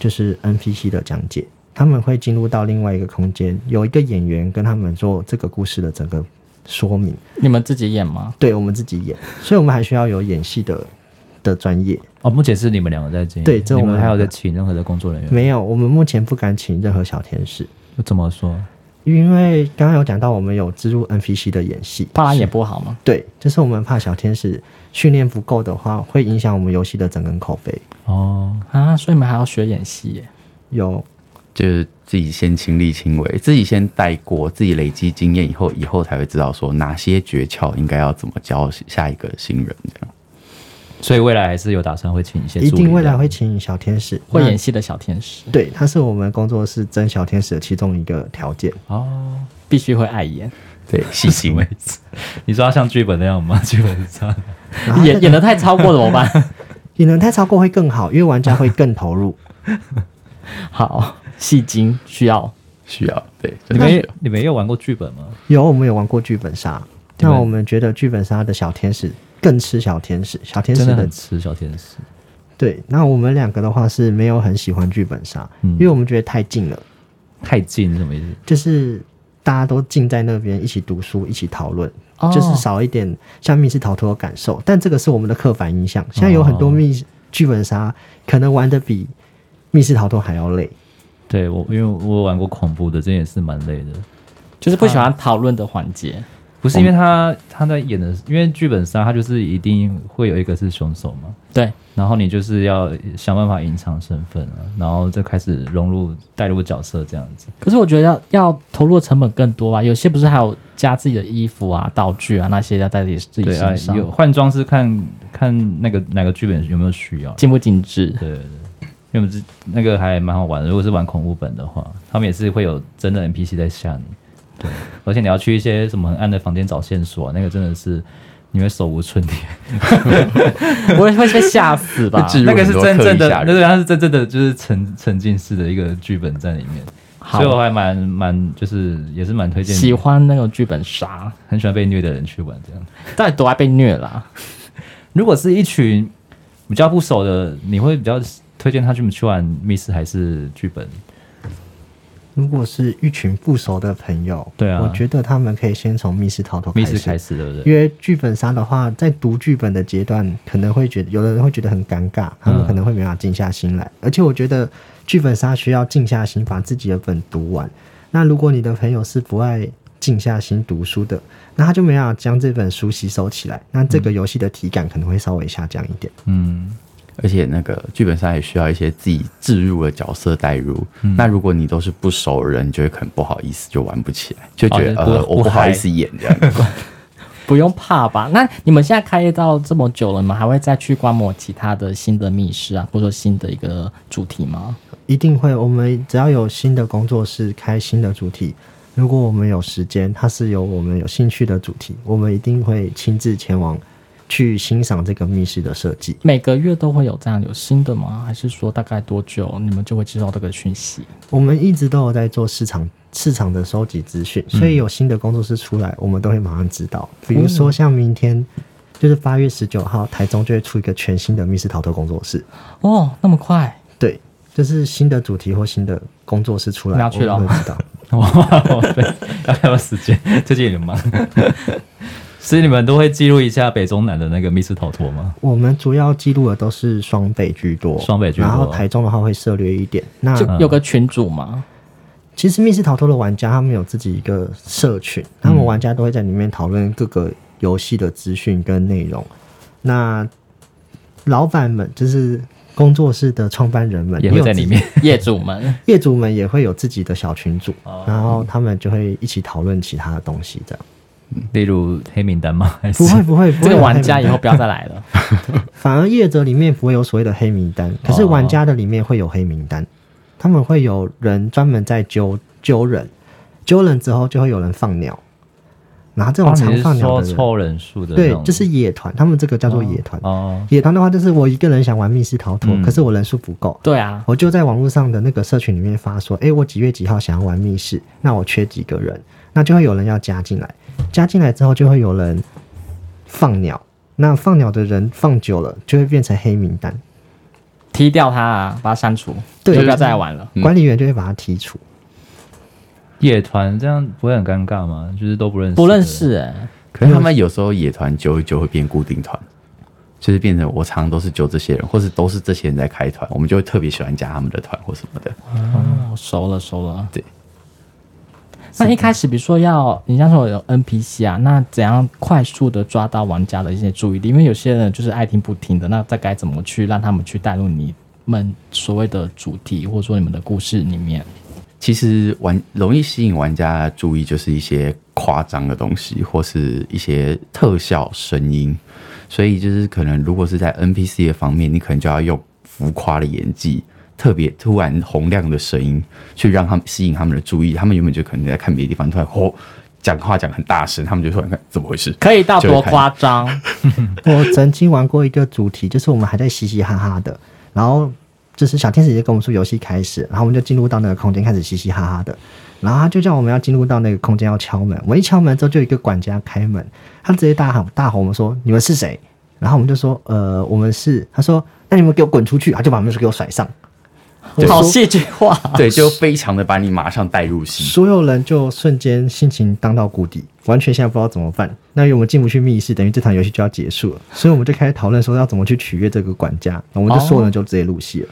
[SPEAKER 4] 就是 NPC 的讲解，他们会进入到另外一个空间，有一个演员跟他们做这个故事的整个说明。
[SPEAKER 3] 你们自己演吗？
[SPEAKER 4] 对我们自己演，所以我们还需要有演戏的的专业。
[SPEAKER 2] 哦，目前是你们两个在经营，
[SPEAKER 4] 对这
[SPEAKER 2] 你
[SPEAKER 4] 我
[SPEAKER 2] 们
[SPEAKER 4] 们
[SPEAKER 2] 还有
[SPEAKER 4] 两个
[SPEAKER 2] 在请任何的工作人员？
[SPEAKER 4] 没有，我们目前不敢请任何小天使，
[SPEAKER 2] 怎么说？
[SPEAKER 4] 因为刚刚有讲到我们有植入 NPC 的演戏，
[SPEAKER 3] 怕他演不好吗？
[SPEAKER 4] 对，就是我们怕小天使训练不够的话，会影响我们游戏的整个口碑。
[SPEAKER 2] 哦，
[SPEAKER 3] 啊，所以你们还要学演戏耶、
[SPEAKER 4] 有
[SPEAKER 1] 就是自己先亲力亲为，自己先带过，自己累积经验以后，以后才会知道说哪些诀窍应该要怎么教下一个新人这样。所
[SPEAKER 2] 所以未来还是有打算会请一些助
[SPEAKER 4] 一
[SPEAKER 2] 理这样，
[SPEAKER 4] 定未来会请小天使，
[SPEAKER 3] 会
[SPEAKER 4] 那
[SPEAKER 3] 演戏的小天使
[SPEAKER 4] 对，他是我们工作室争小天使的其中一个条件。
[SPEAKER 2] 哦。
[SPEAKER 3] 必须会爱演，
[SPEAKER 1] 对，细心。
[SPEAKER 2] 你说要像剧本那样吗？ 剧本上
[SPEAKER 4] 然后
[SPEAKER 3] 演演的太超过了怎么办？
[SPEAKER 4] 演能太超过会更好，因为玩家会更投入。
[SPEAKER 3] 好，戏精需要。
[SPEAKER 1] 需要对，真
[SPEAKER 2] 你
[SPEAKER 1] 的
[SPEAKER 2] 们
[SPEAKER 1] 需
[SPEAKER 2] 也
[SPEAKER 1] 要
[SPEAKER 2] 你们也有玩过剧本吗？
[SPEAKER 4] 有，我们有玩过剧本杀。
[SPEAKER 2] 你们
[SPEAKER 4] 那我们觉得剧本杀的小天使更吃小天使，小天使
[SPEAKER 2] 真的
[SPEAKER 4] 的
[SPEAKER 2] 很吃小天使，
[SPEAKER 4] 对。那我们两个的话是没有很喜欢剧本杀，
[SPEAKER 2] 嗯
[SPEAKER 4] 因为我们觉得太近了，
[SPEAKER 2] 太近是什么意思？
[SPEAKER 4] 就是大家都静在那边一起读书、一起讨论，
[SPEAKER 3] 哦
[SPEAKER 4] 就是少一点像密室逃脱的感受。但这个是我们的刻板印象。现在有很
[SPEAKER 2] 哦
[SPEAKER 4] 多密剧本杀可能玩的比密室逃脱还要累。
[SPEAKER 2] 对我，因为我有玩过恐怖的，这也是蛮累的。
[SPEAKER 3] 就是不喜欢讨论的环节，
[SPEAKER 2] 不是因为他他在演的，因为剧本杀他就是一定会有一个是凶手嘛，
[SPEAKER 3] 对，
[SPEAKER 2] 然后你就是要想办法隐藏身份啊，然后再开始融入带入角色这样子。
[SPEAKER 3] 可是我觉得要要投入的成本更多啊，有些不是还有加自己的衣服啊、道具啊那些要带在自己
[SPEAKER 2] 对啊
[SPEAKER 3] 身，上，
[SPEAKER 2] 有换装是看看那个哪个剧本有没有需要。
[SPEAKER 3] 精不精致？
[SPEAKER 2] 对对对，因为我们这那个还蛮好玩的。如果是玩恐怖本的话，他们也是会有真的 NPC 在吓你。对，而且你要去一些什么很暗的房间找线索、那个真的是你会手无寸铁。
[SPEAKER 3] 我也会被吓死吧
[SPEAKER 1] 会？置入
[SPEAKER 2] 啊那个
[SPEAKER 1] 很
[SPEAKER 2] 是
[SPEAKER 1] 多
[SPEAKER 2] 真
[SPEAKER 1] 刻意
[SPEAKER 2] 正的
[SPEAKER 1] 吓，人
[SPEAKER 2] 对对，它是真正的就是沉沉浸式的一个剧本在里面。
[SPEAKER 3] 好
[SPEAKER 2] 所以我还蛮蛮就是也是蛮推荐
[SPEAKER 3] 喜欢那种剧本杀，
[SPEAKER 2] 很喜欢被虐的人去玩这样。
[SPEAKER 3] 到底多爱被虐啦、
[SPEAKER 2] 如果是一群比较不熟的，你会比较推荐他去去玩密室还是剧本？
[SPEAKER 4] 如果是一群不熟的朋友，
[SPEAKER 2] 对啊
[SPEAKER 4] 我觉得他们可以先从密室逃脱
[SPEAKER 2] 密
[SPEAKER 4] 开
[SPEAKER 2] 室
[SPEAKER 4] 始，
[SPEAKER 2] 开始对不对？
[SPEAKER 4] 因为剧本杀的话，在读剧本的阶段，可能会觉得有的人会觉得很尴尬，他们可能会没办法静下心来。而且我觉得剧本杀需要静下心把自己的本读完。那如果你的朋友是不爱静下心读书的，那他就没办法将这本书吸收起来，那这个游戏的体感可能会稍微下降一点。
[SPEAKER 2] 嗯，
[SPEAKER 1] 而且那个剧本杀也需要一些自己置入的角色代入。
[SPEAKER 2] 嗯
[SPEAKER 1] 那如果你都是不熟的人，你就会很不好意思，就玩不起来，就觉得、
[SPEAKER 2] 哦就是不
[SPEAKER 1] 呃我
[SPEAKER 2] 不
[SPEAKER 1] 不好意思演这 样。
[SPEAKER 3] 不用怕吧？那你们现在开业到这么久了，你们还会再去观摩其他的新的密室啊，或者说新的一个主题吗？
[SPEAKER 4] 一定会，我们只要有新的工作室开新的主题，如果我们有时间，它是有我们有兴趣的主题，我们一定会亲自前往去欣赏这个密室的设计。
[SPEAKER 3] 每个月都会有这样有新的吗？还是说大概多久你们就会接到这个讯息？
[SPEAKER 4] 我们一直都有在做市场市场的收集资讯，所以有新的工作室出来，我们都会马上知道。比如说像明天。就是八月十九号，台中就会出一个全新的密室逃脱工作室。
[SPEAKER 3] 哦，那么快？
[SPEAKER 4] 对，就是新的主题或新的工作室出来，
[SPEAKER 3] 你要去
[SPEAKER 4] 我们
[SPEAKER 3] 了
[SPEAKER 4] 会知道。
[SPEAKER 2] 哇，对，要不要时间？最近有点 忙，所以你们都会记录一下北中南的那个密室逃脱吗？
[SPEAKER 4] 我们主要记录的都是双北居多，
[SPEAKER 2] 双北居多
[SPEAKER 4] 然后台中的话会涉略一点。那
[SPEAKER 3] 就有个群主吗？
[SPEAKER 4] 其实密室逃脱的玩家，他们有自己一个社
[SPEAKER 2] 嗯
[SPEAKER 4] 群，他们玩家都会在里面讨论各个游戏的资讯跟内容。那老板们就是工作室的创办人们
[SPEAKER 2] 也会在里。面
[SPEAKER 4] 有自己
[SPEAKER 3] 业主 们
[SPEAKER 4] 业主们也会有自己的小群组
[SPEAKER 2] 哦，
[SPEAKER 4] 然后他们就会一起讨论其他的东西，这样。
[SPEAKER 2] 例如黑名单吗？还是
[SPEAKER 4] 不会不会，不会
[SPEAKER 3] 这个
[SPEAKER 4] 有
[SPEAKER 3] 玩
[SPEAKER 4] 黑
[SPEAKER 3] 家
[SPEAKER 4] 名
[SPEAKER 3] 以后不要再来了。
[SPEAKER 4] 反而业者里面不会有所谓的黑名
[SPEAKER 2] 哦
[SPEAKER 4] 单，可是玩家的里面会有黑名单，他们会有人专门在揪揪人，揪人之后就会有人放鸟，然后这
[SPEAKER 2] 哦
[SPEAKER 4] 种常
[SPEAKER 2] 你
[SPEAKER 4] 放
[SPEAKER 2] 是
[SPEAKER 4] 鸟
[SPEAKER 2] 说
[SPEAKER 4] 的人，
[SPEAKER 2] 凑人数的那
[SPEAKER 4] 对
[SPEAKER 2] 种，
[SPEAKER 4] 就是野团，他们这个叫做野团。
[SPEAKER 2] 哦，
[SPEAKER 4] 野团的话，就是我一个人想玩密室逃脱，
[SPEAKER 2] 嗯
[SPEAKER 4] 可是我人数不够，
[SPEAKER 3] 对啊，
[SPEAKER 4] 我就在网络上的那个社群里面发说，诶，我几月几号想要玩密室，那我缺几个人，那就会有人要加进来，加进来之后就会有人放鸟，那放鸟的人放久了就会变成黑名单，
[SPEAKER 3] 踢掉他啊，把他删除，
[SPEAKER 4] 对
[SPEAKER 3] 就不要再来玩了。
[SPEAKER 1] 嗯
[SPEAKER 4] 管理员就会把他剔除。
[SPEAKER 2] 夜团这样不会很尴尬吗？就是都不认识，
[SPEAKER 3] 不认，识哎、
[SPEAKER 1] 可是他们有时候野团揪一揪会变固定团，就是变成我常常都是揪这些人，或是都是这些人在开团，我们就会特别喜欢加他们的团或什么的。
[SPEAKER 3] 哦，熟了熟了。
[SPEAKER 1] 对。
[SPEAKER 3] 那一开始，比如说要你像说有 NPC 啊，那怎样快速的抓到玩家的一些注意力？因为有些人就是爱听不听的，那再该怎么去让他们去带入你们所谓的主题，或者说你们的故事里面？
[SPEAKER 1] 其实玩容易吸引玩家注意，就是一些夸张的东西，或是一些特效、声音。所以就是可能，如果是在 NPC 的方面，你可能就要用浮夸的演技，特别突然洪亮的声音，去让他们吸引他们的注意。他们原本就可能在看别的地方，突然吼、讲话讲很大声，他们就突然看怎么回事？
[SPEAKER 3] 可以到多夸张？
[SPEAKER 4] 我曾经玩过一个主题，就是我们还在嘻嘻哈哈的，然后就是小天使就跟我们说游戏开始，然后我们就进入到那个空间开始嘻嘻哈哈的，然后他就叫我们要进入到那个空间要敲门，我一敲门之后就有一个管家开门，他直接大喊大吼我们说你们是谁？然后我们就说呃我们是，他说那你们给我滚出去，他就把门给我甩上，
[SPEAKER 1] 对
[SPEAKER 3] 好戏剧化。
[SPEAKER 1] 对，就非常的把你马上带入戏。
[SPEAKER 4] 所有人就瞬间心情荡到谷底，完全现在不知道怎么办。那因为我们进不去密室，等于这场游戏就要结束了，所以我们就开始讨论说要怎么去取悦这个管家。我们就所有人就直接入戏了。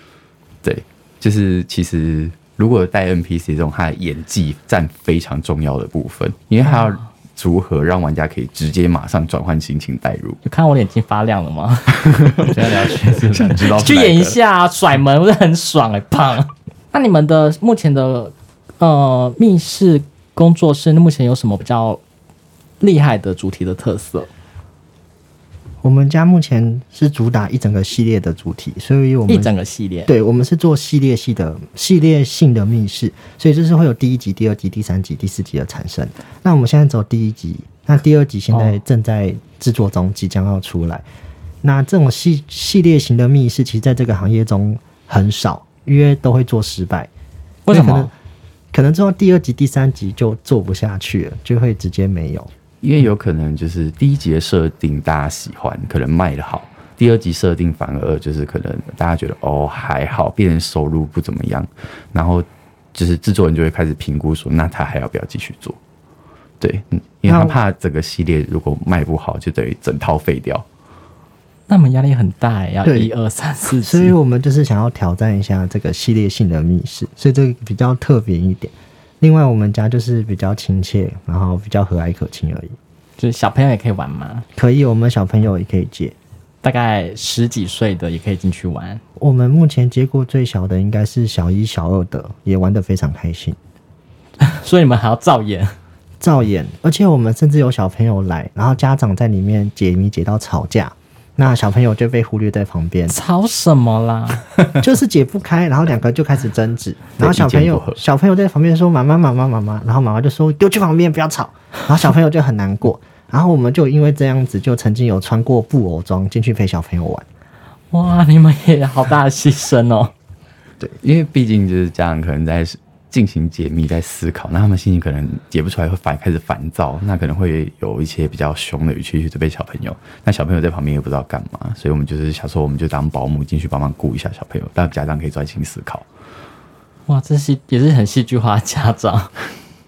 [SPEAKER 1] 对，就是其实如果带 NPC 这种，他的演技占非常重要的部分，因为他要如何让玩家可以直接马上转换心情带入？
[SPEAKER 3] 有看我眼睛发亮了吗？
[SPEAKER 2] 现在聊去是
[SPEAKER 1] 想知道
[SPEAKER 3] 去
[SPEAKER 1] 是哪
[SPEAKER 3] 演一
[SPEAKER 1] 个
[SPEAKER 3] 下、啊、甩门，我是很爽哎、胖。那你们的目前的呃密室工作室目前有什么比较厉害的主题的特色？
[SPEAKER 4] 我们家目前是主打一整个系列的主题，所以我
[SPEAKER 3] 一
[SPEAKER 4] 们
[SPEAKER 3] 整个系列，
[SPEAKER 4] 对，我们是做系列系的系列性的密室，所以就是会有第一集、第二集、第三集、第四集的产生。那我们现在走第一集，那第二集现在正在制作中，即将要出来。那这种系系列型的密室，其实在这个行业中很少，因为都会做失败。
[SPEAKER 3] 为什
[SPEAKER 4] 因可能
[SPEAKER 3] 么？？
[SPEAKER 4] 可能做到第二集、第三集就做不下去了，就会直接没有。
[SPEAKER 1] 因为有可能就是第一集的设定大家喜欢，可能卖的好；第二集设定反而就是可能大家觉得哦还好，变成收入不怎么样，然后就是制作人就会开始评估说，那他还要不要继续做？对，嗯，因为他
[SPEAKER 4] 那我
[SPEAKER 1] 怕整个系列如果卖不好，就等于整套废掉。
[SPEAKER 3] 那你们压力很大、欸，要
[SPEAKER 4] 对
[SPEAKER 3] 一二三四
[SPEAKER 4] 所以
[SPEAKER 3] 集。
[SPEAKER 4] 我们就是想要挑战一下这个系列性的密室，所以这个比较特别一点。另外，我们家就是比较亲切，然后比较和蔼可亲而已。
[SPEAKER 3] 就是小朋友也可以玩吗？
[SPEAKER 4] 可以，我们小朋友也可以接。
[SPEAKER 3] 大概十几岁的也可以进去玩。
[SPEAKER 4] 我们目前接过最小的应该是小一、小二的，也玩得非常开心。
[SPEAKER 3] 所以你们还要造 演，，
[SPEAKER 4] 照演，而且我们甚至有小朋友来，然后家长在里面解谜解到吵架，那小朋友就被忽略在旁边
[SPEAKER 3] 吵什么啦？
[SPEAKER 4] 就是解不开，然后两个就开始争执，
[SPEAKER 1] 对
[SPEAKER 4] 然后小朋
[SPEAKER 1] 意见
[SPEAKER 4] 友
[SPEAKER 1] 不合
[SPEAKER 4] 小朋友在旁边说妈妈妈妈妈妈，然后妈妈就说丢去旁边不要吵，然后小朋友就很难过，然后我们就因为这样子，就曾经有穿过布偶装进去陪小朋友玩。
[SPEAKER 3] 哇，你们也好大的牺牲哦！
[SPEAKER 1] 对，因为毕竟就是家长可能在进行解密，在思考，那他们心情可能解不出来，会烦开始烦躁，那可能会有一些比较凶的语气去对小朋友。那小朋友在旁边也不知道干嘛，所以我们就是想说，我们就当保姆进去帮忙顾一下小朋友，让家长可以专心思考。
[SPEAKER 3] 哇，这是也是很戏剧化的家 长。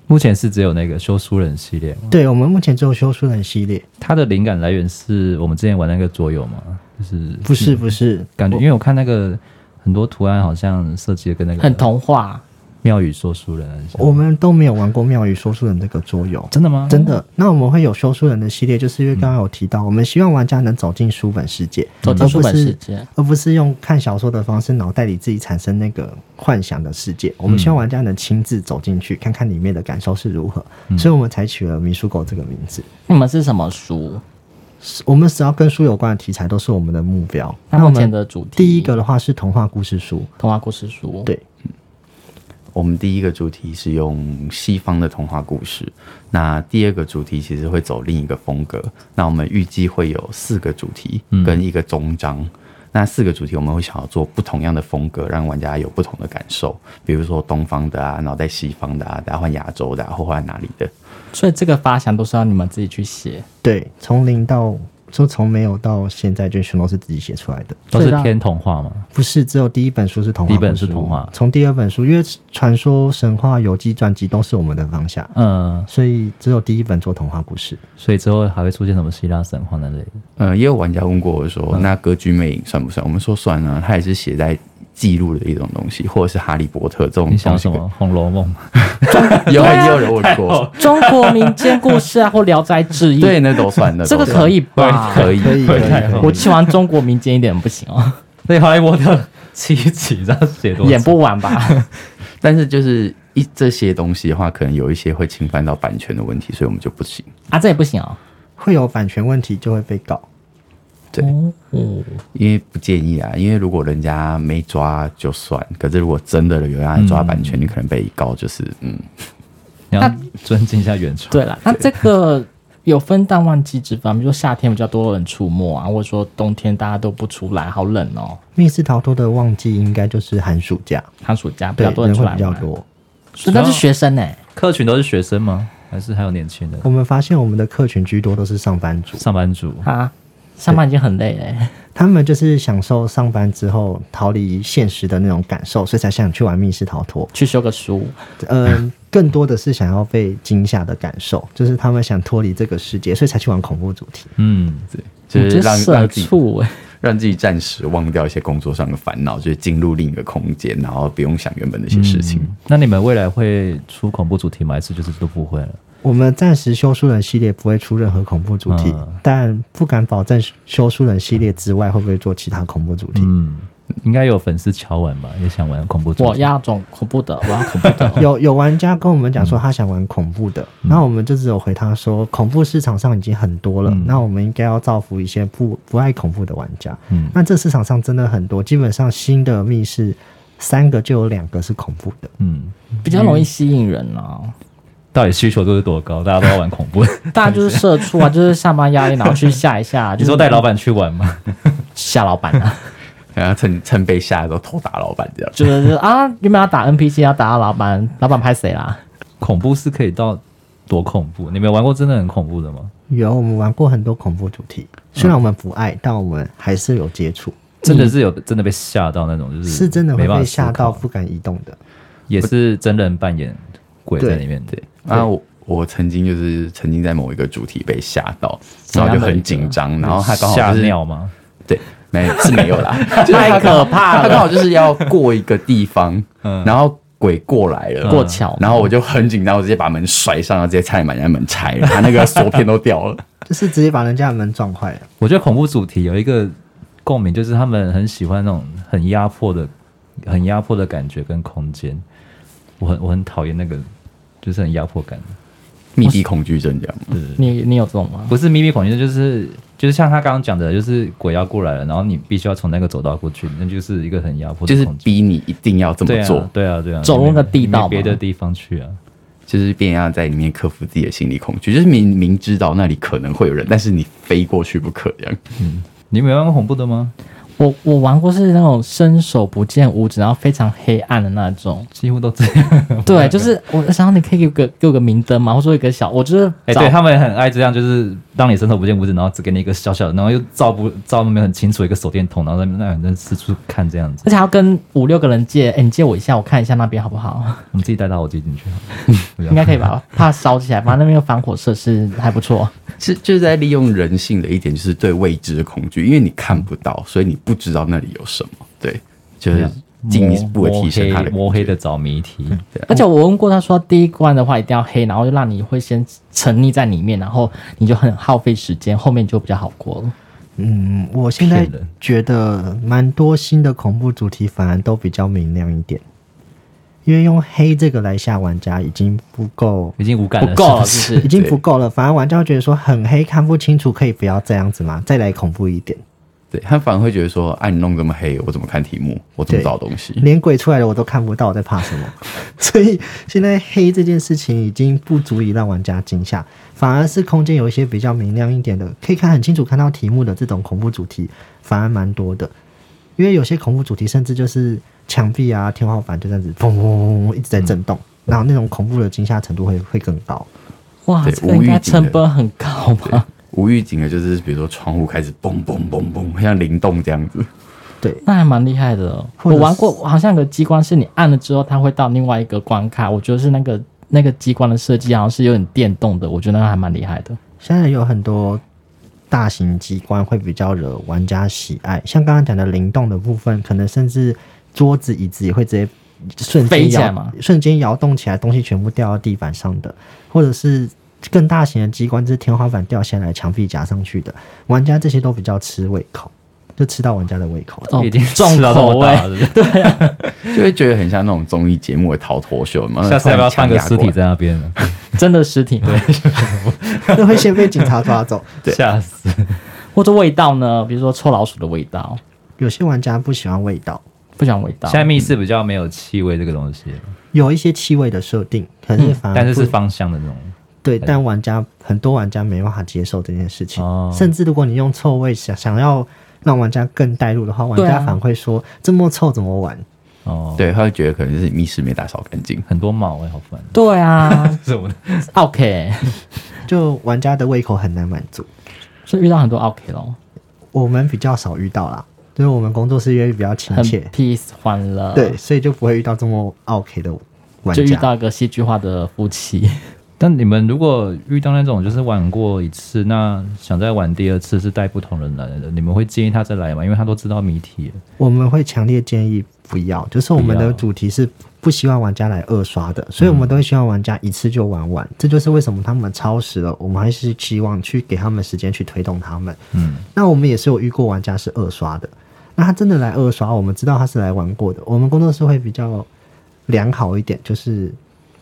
[SPEAKER 2] 目前是只有那个修书人系列
[SPEAKER 1] 嗯
[SPEAKER 2] 嘛，
[SPEAKER 4] 对我们目前只有修书人系列，
[SPEAKER 2] 它的灵感来源是我们之前玩那个桌游嘛，就是
[SPEAKER 1] 嗯
[SPEAKER 4] 不是不是，
[SPEAKER 2] 感觉，因为我看那个很多图案好像设计的跟那个
[SPEAKER 3] 很童话，
[SPEAKER 2] 妙语说书人很像，
[SPEAKER 4] 我们都没有玩过妙语说书人这个桌游。
[SPEAKER 2] 真的
[SPEAKER 3] 哦
[SPEAKER 2] 吗？
[SPEAKER 4] 哦真的，那我们会有说书人的系列，就是因为刚刚有提到，我们希望玩家能走进书本世界，
[SPEAKER 3] 嗯走进书本世界，
[SPEAKER 4] 而不是用看小说的方式，脑袋里自己产生那个幻想的世
[SPEAKER 3] 嗯
[SPEAKER 4] 界。我们希望玩家能亲自走进去，看看里面的感受是如何，
[SPEAKER 3] 嗯
[SPEAKER 4] 所以我们采取了“迷书狗”这个名字。
[SPEAKER 3] 你们是什么书？
[SPEAKER 4] 我们只要跟书有关的题材都是我们的目标。
[SPEAKER 3] 那
[SPEAKER 4] 我
[SPEAKER 3] 目前
[SPEAKER 4] 们
[SPEAKER 3] 的主题，
[SPEAKER 4] 第一个的话是童话故事书，
[SPEAKER 3] 童话故事书，
[SPEAKER 4] 对，
[SPEAKER 1] 我们第一个主题是用西方的童话故事，那第二个主题其实会走另一个风格。那我们预计会有四个主题跟一个终章。那四个主题我们会想要做不同样的风格，让玩家有不同的感受。比如说东方的啊，然后在西方的啊，然后换亚洲的、啊，或换哪里的。
[SPEAKER 3] 所以这个发想都是要你们自己去写，
[SPEAKER 4] 对，从零到就从没有到现在，就全都是自己写出来的。
[SPEAKER 2] 都
[SPEAKER 3] 对
[SPEAKER 2] 是
[SPEAKER 3] 啦
[SPEAKER 2] 偏童话嘛，
[SPEAKER 4] 不是，只有第一本书是童话
[SPEAKER 2] 第
[SPEAKER 4] 故
[SPEAKER 2] 一
[SPEAKER 4] 事，
[SPEAKER 2] 本是童话
[SPEAKER 4] 从第二本书，因为传说、神话、游记、传记都是我们的方向，
[SPEAKER 2] 嗯，
[SPEAKER 4] 所以只有第一本做童话故 事。
[SPEAKER 2] 所以之后还会出现什么希腊神话那类的，
[SPEAKER 1] 呃，也有玩家问过我说，那《歌剧魅影》算不算？我们说算啊，它也是写在记录的一种东西，或者是《哈利波特》这种
[SPEAKER 2] 你
[SPEAKER 1] 东西。
[SPEAKER 2] 想什么《红楼梦》 吗？
[SPEAKER 1] 有也有人问过。
[SPEAKER 3] 中国民间故事啊，或《聊斋志异》，
[SPEAKER 1] 对，，那都算，那都
[SPEAKER 3] 这个
[SPEAKER 1] 算
[SPEAKER 3] 可以吧？
[SPEAKER 1] 可以，
[SPEAKER 4] 可以可以可以
[SPEAKER 3] 我喜欢中国民间一点不行哦，
[SPEAKER 2] 对，《哈利波特》七集这样写 多
[SPEAKER 3] 演
[SPEAKER 2] 少？
[SPEAKER 3] 不完 吧？
[SPEAKER 1] 但是就是一这些东西的话，可能有一些会侵犯到版权的问题，所以我们就不行。
[SPEAKER 3] 啊，这也不行哦。
[SPEAKER 4] 会有版权问题就会被告。
[SPEAKER 1] 对，因为不建议啊，因为如果人家没抓就算，可是如果真的有人来抓版权，你可能被告，就是嗯，
[SPEAKER 2] 你要尊敬一下原创。
[SPEAKER 3] 对了，那这个有分淡旺季之分，比如说夏天比较多人出没啊，或者说冬天大家都不出来，好冷哦。
[SPEAKER 4] 密室逃脱的旺季应该就是寒暑假，
[SPEAKER 3] 寒暑假比
[SPEAKER 4] 对，
[SPEAKER 3] 较多人
[SPEAKER 4] 人
[SPEAKER 3] 出
[SPEAKER 4] 会
[SPEAKER 3] 来
[SPEAKER 4] 比较
[SPEAKER 3] 玩，
[SPEAKER 4] 多。
[SPEAKER 3] 所以那是学生呢、欸
[SPEAKER 2] 客群都是学生吗？还是还有年轻的
[SPEAKER 4] 我们发现我们的客群居多都是上班族，
[SPEAKER 2] 上班族？
[SPEAKER 3] 啊，上班已经很累嘞、
[SPEAKER 4] 他们就是享受上班之后逃离现实的那种感受，所以才想去玩密室逃脱。
[SPEAKER 3] 去修个书，
[SPEAKER 4] 嗯，更多的是想要被惊吓的感受，就是他们想脱离这个世界，所以才去玩恐怖主题。
[SPEAKER 2] 嗯，
[SPEAKER 1] 就是
[SPEAKER 3] 你
[SPEAKER 1] 让
[SPEAKER 3] 这
[SPEAKER 1] 让
[SPEAKER 3] 社
[SPEAKER 1] 自己
[SPEAKER 3] 畜哎、
[SPEAKER 1] 让自己暂时忘掉一些工作上的烦恼，就是进入另一个空间，
[SPEAKER 2] 嗯
[SPEAKER 1] 然后不用想原本那些事情。
[SPEAKER 2] 那你们未来会出恐怖主题吗？还是就是都不会了？
[SPEAKER 4] 我们暂时修书人系列不会出任何恐怖主题，
[SPEAKER 2] 嗯
[SPEAKER 4] 但不敢保证修书人系列之外会不会做其他恐怖主题。
[SPEAKER 2] 嗯，应该有粉丝敲碗吧，也想玩恐怖主题。
[SPEAKER 3] 我要种恐怖的，我要恐怖的。
[SPEAKER 4] 有有玩家跟我
[SPEAKER 2] 嗯
[SPEAKER 4] 们讲说他想玩恐怖的，那、我们就只有回他说，恐怖市场上已经很多了，
[SPEAKER 2] 嗯
[SPEAKER 4] 那我们应该要造福一些不不爱恐怖的玩家。
[SPEAKER 2] 嗯
[SPEAKER 4] 那这市场上真的很多，基本上新的密室三个就有两个是恐怖的。
[SPEAKER 2] 嗯，
[SPEAKER 3] 比较容易吸引人啊。
[SPEAKER 2] 到底需求度是多高？大家都要玩恐怖。
[SPEAKER 3] 大家就是社畜啊，就是上班压力，然后去吓一吓，
[SPEAKER 2] 你
[SPEAKER 3] 就是
[SPEAKER 2] 说带老板去玩吗？
[SPEAKER 3] 吓老板啊，
[SPEAKER 1] 然后趁趁被吓的时候偷打老板这样。
[SPEAKER 3] 就是 就是啊，原本要打 NPC 要打到老板，老板拍谁啦？
[SPEAKER 2] 恐怖是可以到多恐怖？你没有玩过真的很恐怖的吗？
[SPEAKER 4] 有我们玩过很多恐怖主题，
[SPEAKER 2] 嗯
[SPEAKER 4] 虽然我们不爱，但我们还是有接触，
[SPEAKER 2] 真的是有真的被吓到那种，就是
[SPEAKER 4] 嗯是真的
[SPEAKER 2] 嗯没
[SPEAKER 4] 会
[SPEAKER 2] 办法
[SPEAKER 4] 被
[SPEAKER 2] 思考
[SPEAKER 4] 吓到，不敢移动的。
[SPEAKER 2] 也是真人扮演鬼在里面。对，
[SPEAKER 1] 啊，我我曾经就是曾经在某一个主题被吓到，然后我就很紧张，然后他刚好
[SPEAKER 2] 嗯吓
[SPEAKER 1] 就是
[SPEAKER 2] 尿吗？
[SPEAKER 1] 对，没是没有啦，就是
[SPEAKER 3] 太
[SPEAKER 1] 他刚
[SPEAKER 3] 可
[SPEAKER 1] 好
[SPEAKER 3] 怕
[SPEAKER 1] 他刚
[SPEAKER 3] 了，
[SPEAKER 1] 好就是要过一个地方，
[SPEAKER 2] 嗯
[SPEAKER 1] 然后鬼过来了，
[SPEAKER 3] 过桥
[SPEAKER 1] 然后我就很紧张，我直接把门甩上，然后直接差点把人家门拆了，他那个锁片都掉了。
[SPEAKER 4] 就是直接把人家的门撞坏了，
[SPEAKER 2] 我觉得恐怖主题有一个共鸣，就是他们很喜欢那种很压迫的、很压迫的感觉跟空间。我很我很讨厌那个，就是很压迫感。
[SPEAKER 1] 密闭恐惧症这样吗？
[SPEAKER 3] 你你有这种吗？
[SPEAKER 2] 不是秘密恐惧，就是就是像他刚刚讲的，就是鬼要过来了，然后你必须要从那个走道过去，那就是一个很压迫
[SPEAKER 1] 就
[SPEAKER 2] 的
[SPEAKER 1] 是
[SPEAKER 2] 空间。
[SPEAKER 1] 逼你一定要这
[SPEAKER 2] 对
[SPEAKER 1] 么做，
[SPEAKER 2] 啊，对啊，对啊，
[SPEAKER 3] 走入那个地道
[SPEAKER 2] 没别
[SPEAKER 3] 嘛
[SPEAKER 2] 的地方去啊。
[SPEAKER 1] 就是变要在里面克服自己的心理恐惧，就是明明知道那里可能会有人，但是你非过去不可这样。
[SPEAKER 2] 你没玩过恐怖的吗？
[SPEAKER 3] 我我玩过是那种伸手不见五指，然后非常黑暗的那种。
[SPEAKER 2] 几乎都这样。
[SPEAKER 3] 对，就是我想你可以给我个给我个明灯嘛，或者说一个小，我就是
[SPEAKER 2] 哎、
[SPEAKER 3] 找
[SPEAKER 2] 对他们很爱这样，就是当你伸手不见五指，然后只给你一个小小的，然后又照不照没有很清楚一个手电筒，然后在那那四处看这样子
[SPEAKER 3] 而。且还要跟五六个人借，哎、你借我一下，我看一下那边好不好？
[SPEAKER 2] 我们自己带打火机进去，
[SPEAKER 3] 应该可以吧？ 怕烧起来，反正那边有防火设施还不错。
[SPEAKER 1] 是就是在利用人性的一点，就是对未知的恐惧，因为你看不到，所以你不知道那里有什么。对，就是进一步的提升它的
[SPEAKER 2] 摸黑摸黑的找谜题。
[SPEAKER 3] 而且我问过他说，第一关的话一定要黑，然后就让你会先沉溺在里面，然后你就很耗费时间，后面就比较好过了。
[SPEAKER 4] 嗯，我现在
[SPEAKER 2] 骗人
[SPEAKER 4] 觉得蛮多新的恐怖主题反而都比较明亮一点，因为用黑这个来吓玩家已经不够，
[SPEAKER 2] 已经无感
[SPEAKER 3] 不
[SPEAKER 2] 了，
[SPEAKER 3] 够了，
[SPEAKER 2] 是
[SPEAKER 3] 是不
[SPEAKER 4] 已
[SPEAKER 3] 是？
[SPEAKER 4] 经不够了，反而玩家会觉得说很黑看不清楚，可以不要这样子吗？再来恐怖一点，
[SPEAKER 1] 对他反而会觉得说，啊，你弄这么黑，我怎么看题目？我怎么找东西？
[SPEAKER 4] 连鬼出来了我都看不到，我在怕什么？ 所以现在黑这件事情已经不足以让玩家惊吓，反而是空间有一些比较明亮一点的，可以看很清楚看到题目的这种恐怖主题，反而蛮多的。因为有些恐怖主题甚至就是墙壁啊、天花板就这样子砰砰砰砰一直在震动，然后那种恐怖的惊吓程度会会更高。
[SPEAKER 3] 哇，
[SPEAKER 1] 对
[SPEAKER 3] 这个应
[SPEAKER 1] 无
[SPEAKER 3] 该
[SPEAKER 1] 预警的
[SPEAKER 3] 成本很高
[SPEAKER 1] 对
[SPEAKER 3] 吧？，
[SPEAKER 1] 啊无预警的就是比如说窗户开始嘣嘣嘣嘣，像灵动这样子。
[SPEAKER 4] 对，
[SPEAKER 3] 那还蛮厉害的哦。
[SPEAKER 4] 或者
[SPEAKER 3] 我
[SPEAKER 4] 是
[SPEAKER 3] 玩过，好像有个机关是你按了之后，它会到另外一个关卡。我觉得是那个那个机关的设计好像是有点电动的，我觉得那还蛮厉害的。
[SPEAKER 4] 现在有很多大型机关会比较惹玩家喜爱，像刚刚讲的灵动的部分，可能甚至桌子、椅子也会直接瞬
[SPEAKER 3] 飞
[SPEAKER 4] 间
[SPEAKER 3] 起来
[SPEAKER 4] 摇
[SPEAKER 3] 吗，
[SPEAKER 4] 瞬间摇动起来，东西全部掉到地板上的，或者是。更大型的机关就是天花板掉下来，墙壁夹上去的，玩家这些都比较吃胃口，就吃到玩家的胃口了。
[SPEAKER 3] 哦
[SPEAKER 2] 已经
[SPEAKER 3] 重
[SPEAKER 2] 吃到这
[SPEAKER 3] 口
[SPEAKER 2] 么大
[SPEAKER 3] 味，
[SPEAKER 2] 了是不
[SPEAKER 1] 就会觉得很像那种综艺节目的逃脱秀嘛。
[SPEAKER 2] 是下次要不要
[SPEAKER 1] 突然
[SPEAKER 2] 放
[SPEAKER 1] 强
[SPEAKER 2] 个
[SPEAKER 1] 压
[SPEAKER 2] 尸
[SPEAKER 1] 过
[SPEAKER 2] 体
[SPEAKER 1] 来
[SPEAKER 2] 在那边呢？
[SPEAKER 3] 真的实体吗？
[SPEAKER 4] 那会先被警察抓走。
[SPEAKER 2] 吓死！
[SPEAKER 3] 或者味道呢？比如说臭老鼠的味道，
[SPEAKER 4] 有些玩家不喜欢味道，
[SPEAKER 3] 不喜欢味道
[SPEAKER 2] 现。在密室比较没有气味这个东西，
[SPEAKER 4] 有一些气味的设定，可
[SPEAKER 3] 嗯
[SPEAKER 4] 是反而、
[SPEAKER 2] 但是是芳香的那种。
[SPEAKER 4] 对，但玩家很多玩家没办法接受这件事情，
[SPEAKER 2] 哦
[SPEAKER 4] 甚至如果你用臭味想想要让玩家更带入的话，玩
[SPEAKER 3] 对啊
[SPEAKER 4] 家反馈说、这么臭怎么玩？
[SPEAKER 2] 哦，，
[SPEAKER 1] 对，他会觉得可能是密室没打扫干净。
[SPEAKER 2] 很多毛哎、好烦。
[SPEAKER 3] 对啊
[SPEAKER 2] 什么的？
[SPEAKER 3] ，OK，
[SPEAKER 4] 就玩家的胃口很难满足。
[SPEAKER 3] 所以遇到很多 OK 咯，
[SPEAKER 4] 我们比较少遇到啦，就是我们工作室因为比较亲
[SPEAKER 3] 很
[SPEAKER 4] 切，
[SPEAKER 3] peace 欢乐，
[SPEAKER 4] 对，，所以就不会遇到这么 OK 的玩
[SPEAKER 3] 就遇
[SPEAKER 4] 家。
[SPEAKER 3] 到一个戏剧化的夫妻，
[SPEAKER 2] 但你们如果遇到那种就是玩过一次，那想再玩第二次是带不同人来的，你们会建议他再来吗？因为他都知道谜题了，
[SPEAKER 4] 我们会强烈建议不要，就是我们
[SPEAKER 2] 不要
[SPEAKER 4] 的主题是不希望玩家来二刷
[SPEAKER 3] 嗯
[SPEAKER 4] 的，所以我们都会希望玩家一次就玩完。这就是为什么他们超时了，我们还是希望去给他们时间去推动他们。
[SPEAKER 2] 嗯，
[SPEAKER 4] 那我们也是有遇过玩家是二刷的，那他真的来二刷，我们知道他是来玩过的。我们工作室会比较良好一点，就是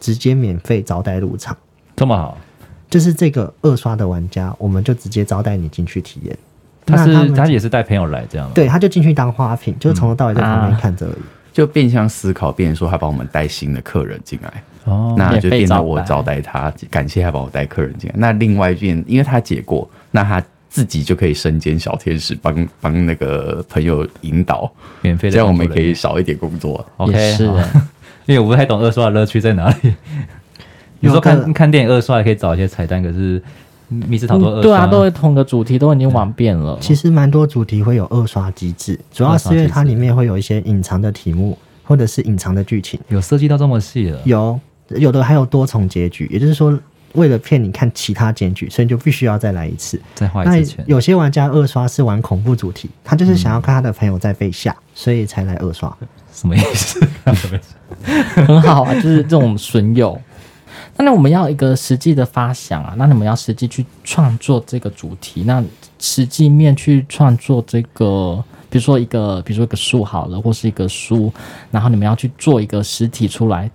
[SPEAKER 4] 直接免费招待入场，
[SPEAKER 2] 这么好，
[SPEAKER 4] 就是这个二刷的玩家，我们就直接招待你进去体验。
[SPEAKER 2] 他
[SPEAKER 4] 那他
[SPEAKER 2] 是
[SPEAKER 4] 们
[SPEAKER 2] 他也是带朋友来这样吗？
[SPEAKER 4] 对，他就进去当花瓶，就是从头到尾在旁边看着而已。
[SPEAKER 1] 就变相思考，变成说他帮我们带新的客人进来，
[SPEAKER 2] 哦，
[SPEAKER 1] 那就变
[SPEAKER 3] 免费招
[SPEAKER 1] 成
[SPEAKER 3] 待
[SPEAKER 1] 我招待他，感谢他帮我带客人进来。那另外一边，因为他解过，那他自己就可以身兼小天使，帮帮那个朋友引导，
[SPEAKER 2] 免费的
[SPEAKER 1] 这样我们
[SPEAKER 2] 工作
[SPEAKER 1] 可
[SPEAKER 2] 人
[SPEAKER 1] 以
[SPEAKER 2] 员
[SPEAKER 1] 少一点工作。
[SPEAKER 2] OK，
[SPEAKER 3] 也是
[SPEAKER 2] 好
[SPEAKER 3] 啊
[SPEAKER 2] 因为我不太懂二刷的乐趣在哪里。有时候
[SPEAKER 4] 有
[SPEAKER 2] 看
[SPEAKER 4] 个
[SPEAKER 2] 看电影二刷也可以找一些彩蛋，可是密室逃脱二刷
[SPEAKER 3] 对啊，都会同个主题都已经玩遍了。
[SPEAKER 4] 其实蛮多主题会有二刷机制，主要是因为它里面会有一些隐藏的题目或者是隐藏的剧情，
[SPEAKER 2] 有设计到这么细了。
[SPEAKER 4] 有有的还有多重结局，也就是说。为了骗你看其他结局，所以你就必须要再来一次。
[SPEAKER 2] 再花
[SPEAKER 4] 那
[SPEAKER 2] 一次钱，
[SPEAKER 4] 有些玩家二刷是玩恐怖主题，他就是想要看他的朋友在被吓，
[SPEAKER 2] 嗯
[SPEAKER 4] 所以才来二刷。
[SPEAKER 2] 什么意思？
[SPEAKER 3] 很好啊，就是这种损友。那那我们要一个实际的发想啊，那你们要实际去创作这个主题，那实际面去创作这个，比如说一个，比如说一个树好了，或是一个书，然后你们要去做一个实体出来，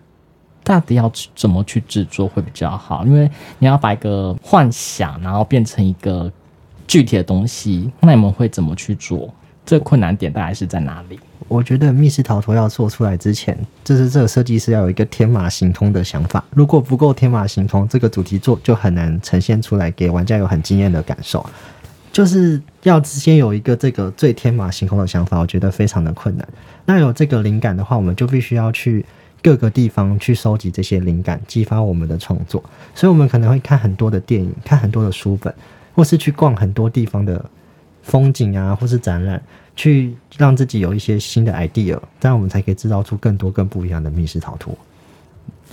[SPEAKER 3] 到底要怎么去制作会比较好？因为你要把一个幻想，然后变成一个具体的东西，那你们会怎么去做？这困难点大概是在哪里？
[SPEAKER 4] 我觉得密室逃脱要做出来之前，就是这个设计师要有一个天马行空的想法。如果不够天马行空，这个主题做就很难呈现出来，给玩家有很惊艳的感受。就是要先有一个这个最天马行空的想法，我觉得非常的困难。那有这个灵感的话，我们就必须要去各个地方去收集这些灵感，激发我们的创作。所以，我们可能会看很多的电影，看很多的书本，或是去逛很多地方的风景啊，或是展览，去让自己有一些新的 idea，这样我们才可以制造出更多更不一样的密室逃脱。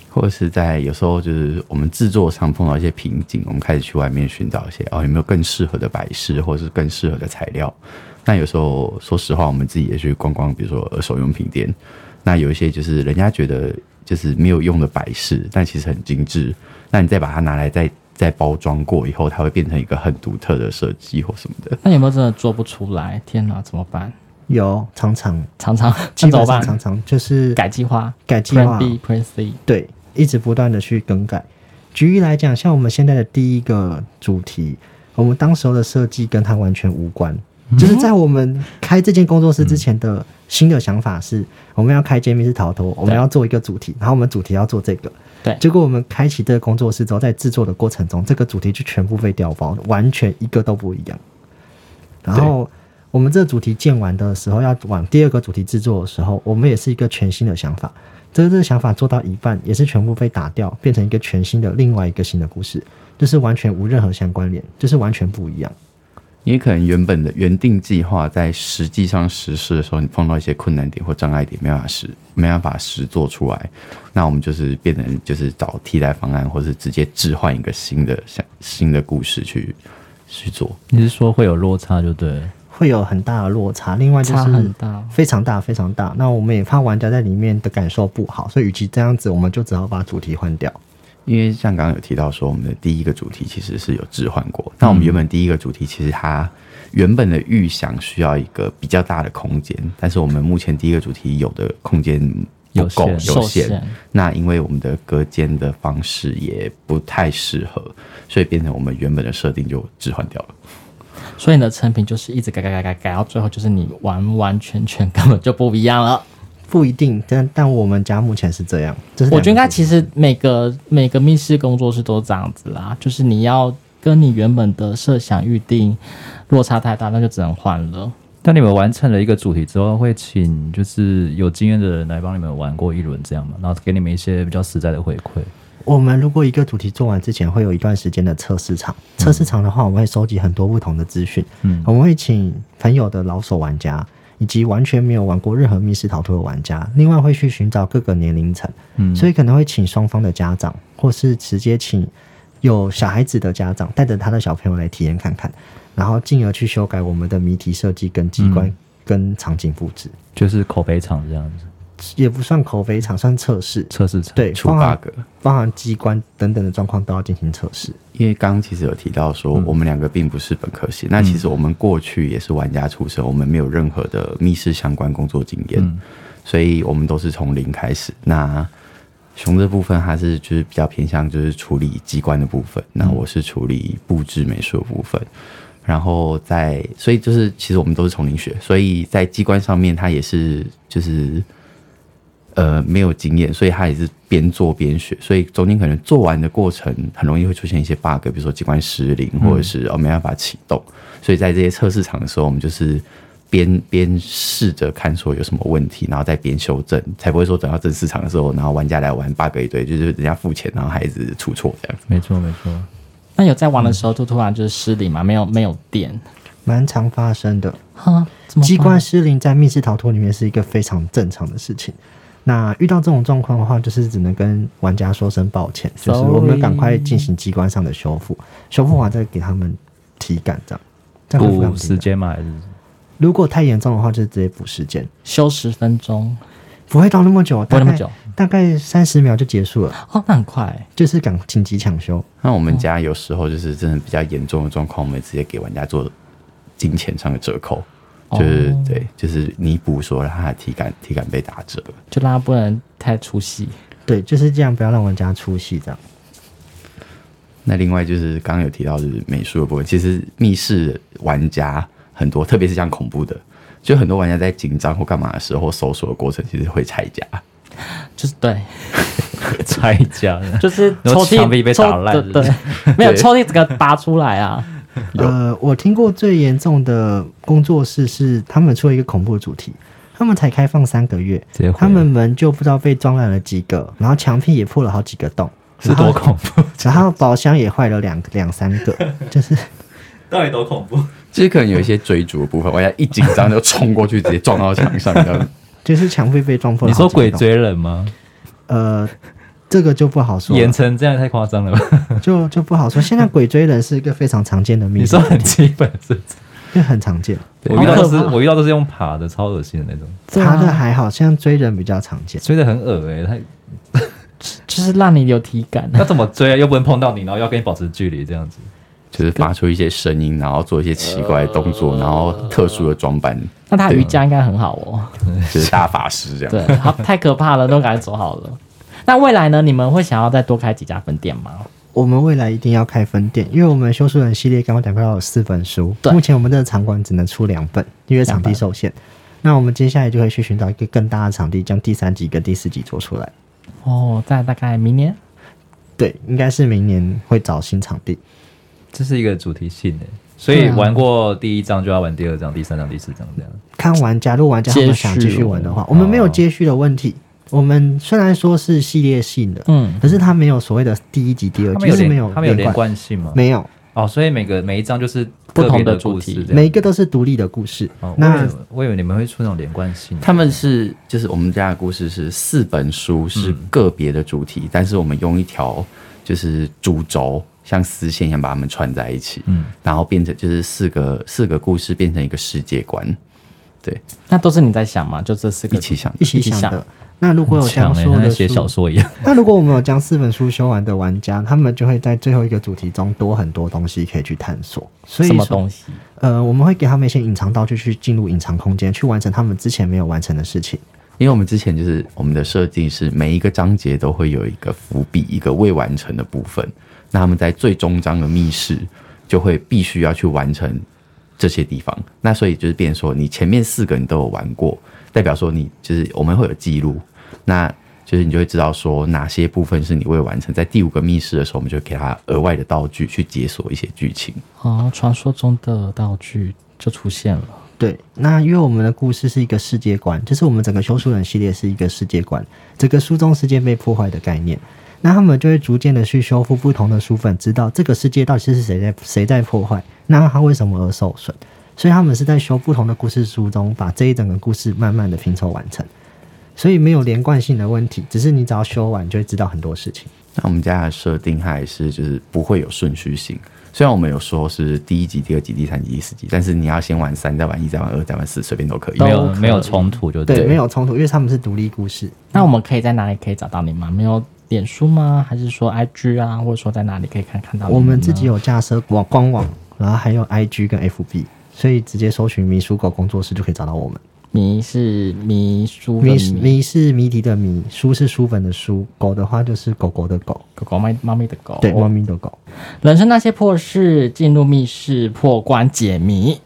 [SPEAKER 1] 或者是在有时候就是我们制作上碰到一些瓶颈，我们开始去外面寻找一些哦有没有更适合的摆饰，或者是更适合的材料。那有时候说实话，我们自己也去逛逛，比如说二手用品店，那有一些就是人家觉得就是没有用的摆饰，但其实很精致。那你再把它拿来再再包装过以后，它会变成一个很独特的设计或什么的。
[SPEAKER 3] 那有没有真的做不出来？天哪，怎么办？
[SPEAKER 4] 有常常，
[SPEAKER 3] 常常
[SPEAKER 4] 啊 基
[SPEAKER 3] 那怎
[SPEAKER 4] 本
[SPEAKER 3] 么
[SPEAKER 4] 上
[SPEAKER 3] 办？
[SPEAKER 4] 常常就是
[SPEAKER 3] 改计划
[SPEAKER 4] 改计
[SPEAKER 3] ，Plan
[SPEAKER 4] 划，
[SPEAKER 3] B、Plan C，
[SPEAKER 4] 对，一直不断的去更改。举例来讲，像我们现在的第一个主题，我们当时候的设计跟它完全无关，就是在我们开这间工作室之前的新的想法是，我们要开间密室逃脱，我们
[SPEAKER 3] 对
[SPEAKER 4] 要做一个主题，然后我们主题要做这个。
[SPEAKER 3] 对，
[SPEAKER 4] 结果我们开启这个工作室之后，在制作的过程中，这个主题就全部被调包，完全一个都不一样。然后我们这个主题建完的时候，要往第二个主题制作的时候，我们也是一个全新的想法。这这个想法做到一半，也是全部被打掉，变成一个全新的另外一个新的故事，就是完全无任何相关联，就是完全不一样。
[SPEAKER 1] 也可能原本的原定计划，在实际上实施的时候，你碰到一些困难点或障碍点，没办法实没办法实做出来，那我们就是变成就是找替代方案，或是直接置换一个新的想新的故事去去做。
[SPEAKER 2] 你是说会有落差就对了，
[SPEAKER 4] 会有很大的落差，另外就
[SPEAKER 3] 差很
[SPEAKER 4] 是
[SPEAKER 3] 大
[SPEAKER 4] 非常大非常大。那我们也怕玩家在里面的感受不好，所以与其这样子，我们就只好把主题换掉。
[SPEAKER 1] 因为像刚刚有提到说，我们的第一个主题其实是有置换过。那我们原本第一个主题其实它原本的预想需要一个比较大的空间，但是我们目前第一个主题有的空间不
[SPEAKER 2] 有
[SPEAKER 1] 够
[SPEAKER 2] 限
[SPEAKER 1] 有
[SPEAKER 3] 受
[SPEAKER 1] 限
[SPEAKER 3] 限，，
[SPEAKER 1] 那因为我们的隔间的方式也不太适合，所以变成我们原本的设定就置换掉了。
[SPEAKER 3] 所以你的成品就是一直改改改改改到最后，就是你完完全全根本就不一样了。
[SPEAKER 4] 不一定，但但我们家目前是这样，就是
[SPEAKER 3] 我觉得应
[SPEAKER 4] 两
[SPEAKER 3] 该
[SPEAKER 4] 个
[SPEAKER 3] 其实每个每个密室工作室都这样子啦，就是你要跟你原本的设想预定落差太大，那就只能换了。
[SPEAKER 2] 但你们完成了一个主题之后，会请就是有经验的人来帮你们玩过一轮这样嘛，然后给你们一些比较实在的回馈。
[SPEAKER 4] 我们如果一个主题做完之前，会有一段时间的测试场。
[SPEAKER 3] 嗯
[SPEAKER 4] 测试场的话，我们会收集很多不同的资讯，
[SPEAKER 2] 嗯
[SPEAKER 4] 我们会请朋友的老手玩家，以及完全没有玩过任何密室逃脱的玩家，另外会去寻找各个年龄层，
[SPEAKER 2] 嗯
[SPEAKER 4] 所以可能会请双方的家长，或是直接请有小孩子的家长带着他的小朋友来体验看看，然后进而去
[SPEAKER 3] 嗯
[SPEAKER 4] 修改我们的谜题设计跟机关跟场景布置。
[SPEAKER 2] 就是口碑场这样子，
[SPEAKER 4] 也不算口碑场，算测试。
[SPEAKER 2] 测试场。
[SPEAKER 4] 对，
[SPEAKER 1] 出
[SPEAKER 4] 包含
[SPEAKER 1] bug，
[SPEAKER 4] 包含机关等等的状况都要进行测试。
[SPEAKER 1] 因为刚刚其实有提到说，我们两个并不是本科系，那其实我们过去也是玩家出身，我们没有任何的密室相关工作经验，所以我们都是从零开始。那熊这部分，它是就是比较偏向就是处理机关的部分，那我是处理布置美术的部分。然后在，所以就是其实我们都是从零学，所以在机关上面，它也是就是呃没有经验，所以他也是边做边学，所以中间可能做完的过程很容易会出现一些 bug，比如说机关失灵，或者是哦没办法启动，所以在这些测试场的时候，我们就是边边试着看说有什么问题，然后再边修正，才不会说等到正式场的时候，然后玩家来玩 bug 一堆，就是人家付钱然后还一直出错这样。
[SPEAKER 2] 没错，没错。
[SPEAKER 3] 那有在玩的时候就突然就是失灵嘛，没有没有电，
[SPEAKER 4] 蛮常发生的。
[SPEAKER 3] 哈，怎么办
[SPEAKER 4] 机关失灵在密室逃脱里面是一个非常正常的事情。那遇到这种状况的话，就是只能跟玩家说声抱歉，就是
[SPEAKER 3] Sorry
[SPEAKER 4] 我们赶快进行机关上的修复，修复完再给他们体感这样。这样会非常
[SPEAKER 2] 补
[SPEAKER 4] 体感
[SPEAKER 2] 时间嘛，还是
[SPEAKER 4] 如果太严重的话，就是直接补时间，
[SPEAKER 3] 休十分钟？
[SPEAKER 4] 不会到那么久，
[SPEAKER 3] 不会那么
[SPEAKER 4] 大概
[SPEAKER 3] 久，
[SPEAKER 4] 大概三十秒就结束了，
[SPEAKER 3] 哦，那很快，
[SPEAKER 4] 就是赶紧急抢修。
[SPEAKER 1] 那我们家有时候就是真的比较严重的状况，我们直接给玩家做金钱上的折扣，就是、对，就是弥补说让他的体感体感被打折。
[SPEAKER 3] 就让他不能太出戏。
[SPEAKER 4] 对，就是这样，不要让玩家出戏这样。
[SPEAKER 1] 那另外就是刚刚有提到就是美术的部分，其实密室玩家很多，特别是像恐怖的，就很多玩家在紧张或干嘛的时候，搜索的过程其实会拆家。
[SPEAKER 3] 就是对，
[SPEAKER 2] 拆家 的？
[SPEAKER 3] 就是
[SPEAKER 2] 然
[SPEAKER 3] 抽
[SPEAKER 2] 后
[SPEAKER 3] 屉
[SPEAKER 2] 墙壁被打烂
[SPEAKER 3] 抽对，对没有抽屉整个拔出来啊，
[SPEAKER 4] 呃，我听过最严重的工作室是他们出了一个恐怖主题，他们才开放三个月
[SPEAKER 2] 直接毁，
[SPEAKER 4] 他们门就不知道被撞烂了几个，然后墙壁也破了好几个洞，
[SPEAKER 2] 是多恐怖？
[SPEAKER 4] 然后宝箱也坏了两两三个， 就是
[SPEAKER 2] 到底多恐怖？
[SPEAKER 1] 就是可能有一些追逐的部分，玩家一紧张就冲过去，直接撞到墙上，这样。
[SPEAKER 4] 就是墙壁被撞破
[SPEAKER 2] 你
[SPEAKER 4] 了好
[SPEAKER 2] 说
[SPEAKER 4] 几个
[SPEAKER 2] 鬼
[SPEAKER 4] 洞。
[SPEAKER 2] 追人吗？
[SPEAKER 4] 呃，这个就不好说了，
[SPEAKER 2] 演成这样太夸张了吧？
[SPEAKER 4] 就就不好说。现在鬼追人是一个非常常见的 密
[SPEAKER 2] 你
[SPEAKER 4] 室
[SPEAKER 2] 说，很基本是？
[SPEAKER 4] 就很常见。
[SPEAKER 2] 我遇到都是
[SPEAKER 3] 好可怕
[SPEAKER 2] 我遇到都是用爬的，超恶心的那种，
[SPEAKER 3] 对
[SPEAKER 4] 查
[SPEAKER 3] 啊
[SPEAKER 4] 的还好，现在追人比较常见。
[SPEAKER 2] 追的很恶哎、他
[SPEAKER 3] 就是让你有体感。
[SPEAKER 2] 要怎么追啊？又不能碰到你，然后要跟你保持距离，这样子。
[SPEAKER 1] 就是发出一些声音，然后做一些奇怪的动作，然后特殊的装扮，
[SPEAKER 3] 那他瑜伽应该很好哦，
[SPEAKER 1] 就是大法师这样。
[SPEAKER 3] 对，好太可怕了，都赶紧走好了。那未来呢？你们会想要再多开几家分店吗？
[SPEAKER 4] 我们未来一定要开分店，因为我们修书人系列刚刚讲到有四本书，
[SPEAKER 3] 对
[SPEAKER 4] 目前我们的场馆只能出两本，因为场地受限。那我们接下来就会去寻找一个更大的场地，将第三集跟第四集做出来。
[SPEAKER 3] 哦，在大概明年，
[SPEAKER 4] 对，应该是明年会找新场地。
[SPEAKER 2] 这是一个主题性的，所以
[SPEAKER 3] 对啊
[SPEAKER 2] 玩过第一章就要玩第二章、第三章、第四章这样。
[SPEAKER 4] 看玩家，如果玩家他
[SPEAKER 3] 接
[SPEAKER 4] 们
[SPEAKER 3] 续
[SPEAKER 4] 想继续玩的话
[SPEAKER 3] 哦，
[SPEAKER 4] 我们没有接续的问题。我们虽然说是系列性的，
[SPEAKER 3] 嗯
[SPEAKER 4] 可是它没有所谓的第一集、第二
[SPEAKER 2] 他
[SPEAKER 4] 集，
[SPEAKER 2] 们有
[SPEAKER 4] 就是没
[SPEAKER 2] 连
[SPEAKER 4] 有
[SPEAKER 2] 他们有连
[SPEAKER 4] 连贯，
[SPEAKER 2] 贯性吗？
[SPEAKER 4] 没有，
[SPEAKER 2] 哦，所以每个每一章就是
[SPEAKER 3] 不同
[SPEAKER 2] 个别
[SPEAKER 3] 的
[SPEAKER 2] 的
[SPEAKER 3] 主
[SPEAKER 2] 故事
[SPEAKER 3] 题
[SPEAKER 2] 这样
[SPEAKER 4] 每一个都是独立的故事
[SPEAKER 2] 哦。我以
[SPEAKER 4] 那
[SPEAKER 2] 为我以为你们会出那种连贯性的，
[SPEAKER 1] 他们是就是我们家的故事是四本书是个别的主题，但是我们用一条就是主轴，像丝线一样把它们串在一起，
[SPEAKER 2] 嗯，
[SPEAKER 1] 然后变成就是四个四个故事变成一个世界观，对，
[SPEAKER 3] 那都是你在想吗？就这四个
[SPEAKER 1] 一起想
[SPEAKER 4] 一起
[SPEAKER 3] 一起
[SPEAKER 4] 想
[SPEAKER 3] 想
[SPEAKER 4] 的。那如果有
[SPEAKER 2] 强
[SPEAKER 4] 将
[SPEAKER 2] 欸
[SPEAKER 4] 所有
[SPEAKER 2] 像在
[SPEAKER 4] 的
[SPEAKER 2] 写
[SPEAKER 4] 书
[SPEAKER 2] 小说一样。
[SPEAKER 4] 那如果我们有将四本书修完的玩家，他们就会在最后一个主题中多很多东西可以去探索。所以
[SPEAKER 3] 什么
[SPEAKER 4] 说，
[SPEAKER 3] 东西？
[SPEAKER 4] 呃，我们会给他们一些隐藏道具，去进入隐藏空间，去完成他们之前没有完成的事情。
[SPEAKER 1] 因为我们之前就是我们的设计是每一个章节都会有一个伏笔，一个未完成的部分。那他们在最终章的密室就会必须要去完成这些地方。那所以就是变成说，你前面四个你都有玩过，代表说你就是我们会有记录，那就是你就会知道说哪些部分是你未完成。在第五个密室的时候，我们就给他额外的道具去解锁一些剧情。
[SPEAKER 3] 哦，传说中的道具就出现了。
[SPEAKER 4] 对，那因为我们的故事是一个世界观，就是我们整个修书人系列是一个世界观，整个书中世界被破坏的概念。那他们就会逐渐的去修复不同的书粉，知道这个世界到底是谁在谁在破坏，那他为什么而受损。所以他们是在修不同的故事书中，把这一整个故事慢慢的拼凑完成。所以没有连贯性的问题，只是你只要修完就会知道很多事情。
[SPEAKER 1] 那我们家的设定它也是就是不会有顺序性。虽然我们有说是第一集、第二集、第三集、第四集，但是你要先玩三，再玩一，再玩二，再玩四，随便都可以。
[SPEAKER 2] 没
[SPEAKER 4] 都
[SPEAKER 2] 有
[SPEAKER 4] 可以
[SPEAKER 2] 没有冲突就
[SPEAKER 4] 对，
[SPEAKER 2] 了
[SPEAKER 4] 没有冲突，因为他们是独立故事。
[SPEAKER 3] 那我们可以在哪里可以找到你吗？没有脸书吗？还是说 IG 啊，或者说在哪里可以看看到你
[SPEAKER 4] 我们
[SPEAKER 3] 呢
[SPEAKER 4] 自己有架设网官网，然后还有 IG 跟 FB，所以直接搜寻“迷书狗工作室”就可以找到我们。
[SPEAKER 3] 迷是迷书的
[SPEAKER 4] 迷
[SPEAKER 3] 迷
[SPEAKER 4] 迷是谜底的迷，书是书本的书，狗的话就是狗狗的狗，
[SPEAKER 3] 狗狗猫猫咪的狗
[SPEAKER 4] 对，猫咪的狗。
[SPEAKER 3] 人生那些破事，进入密室破关解谜，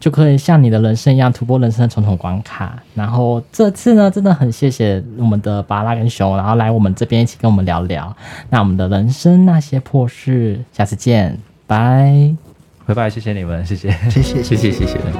[SPEAKER 3] 就可以像你的人生一样突破人生的重重关卡。然后这次呢，真的很谢谢我们的巴拉跟熊，然后来我们这边一起跟我们聊聊。那我们的人生那些破事，下次见，拜。
[SPEAKER 2] 拜拜，谢谢你们，谢谢。
[SPEAKER 4] 谢谢，谢
[SPEAKER 1] 谢谢，谢谢。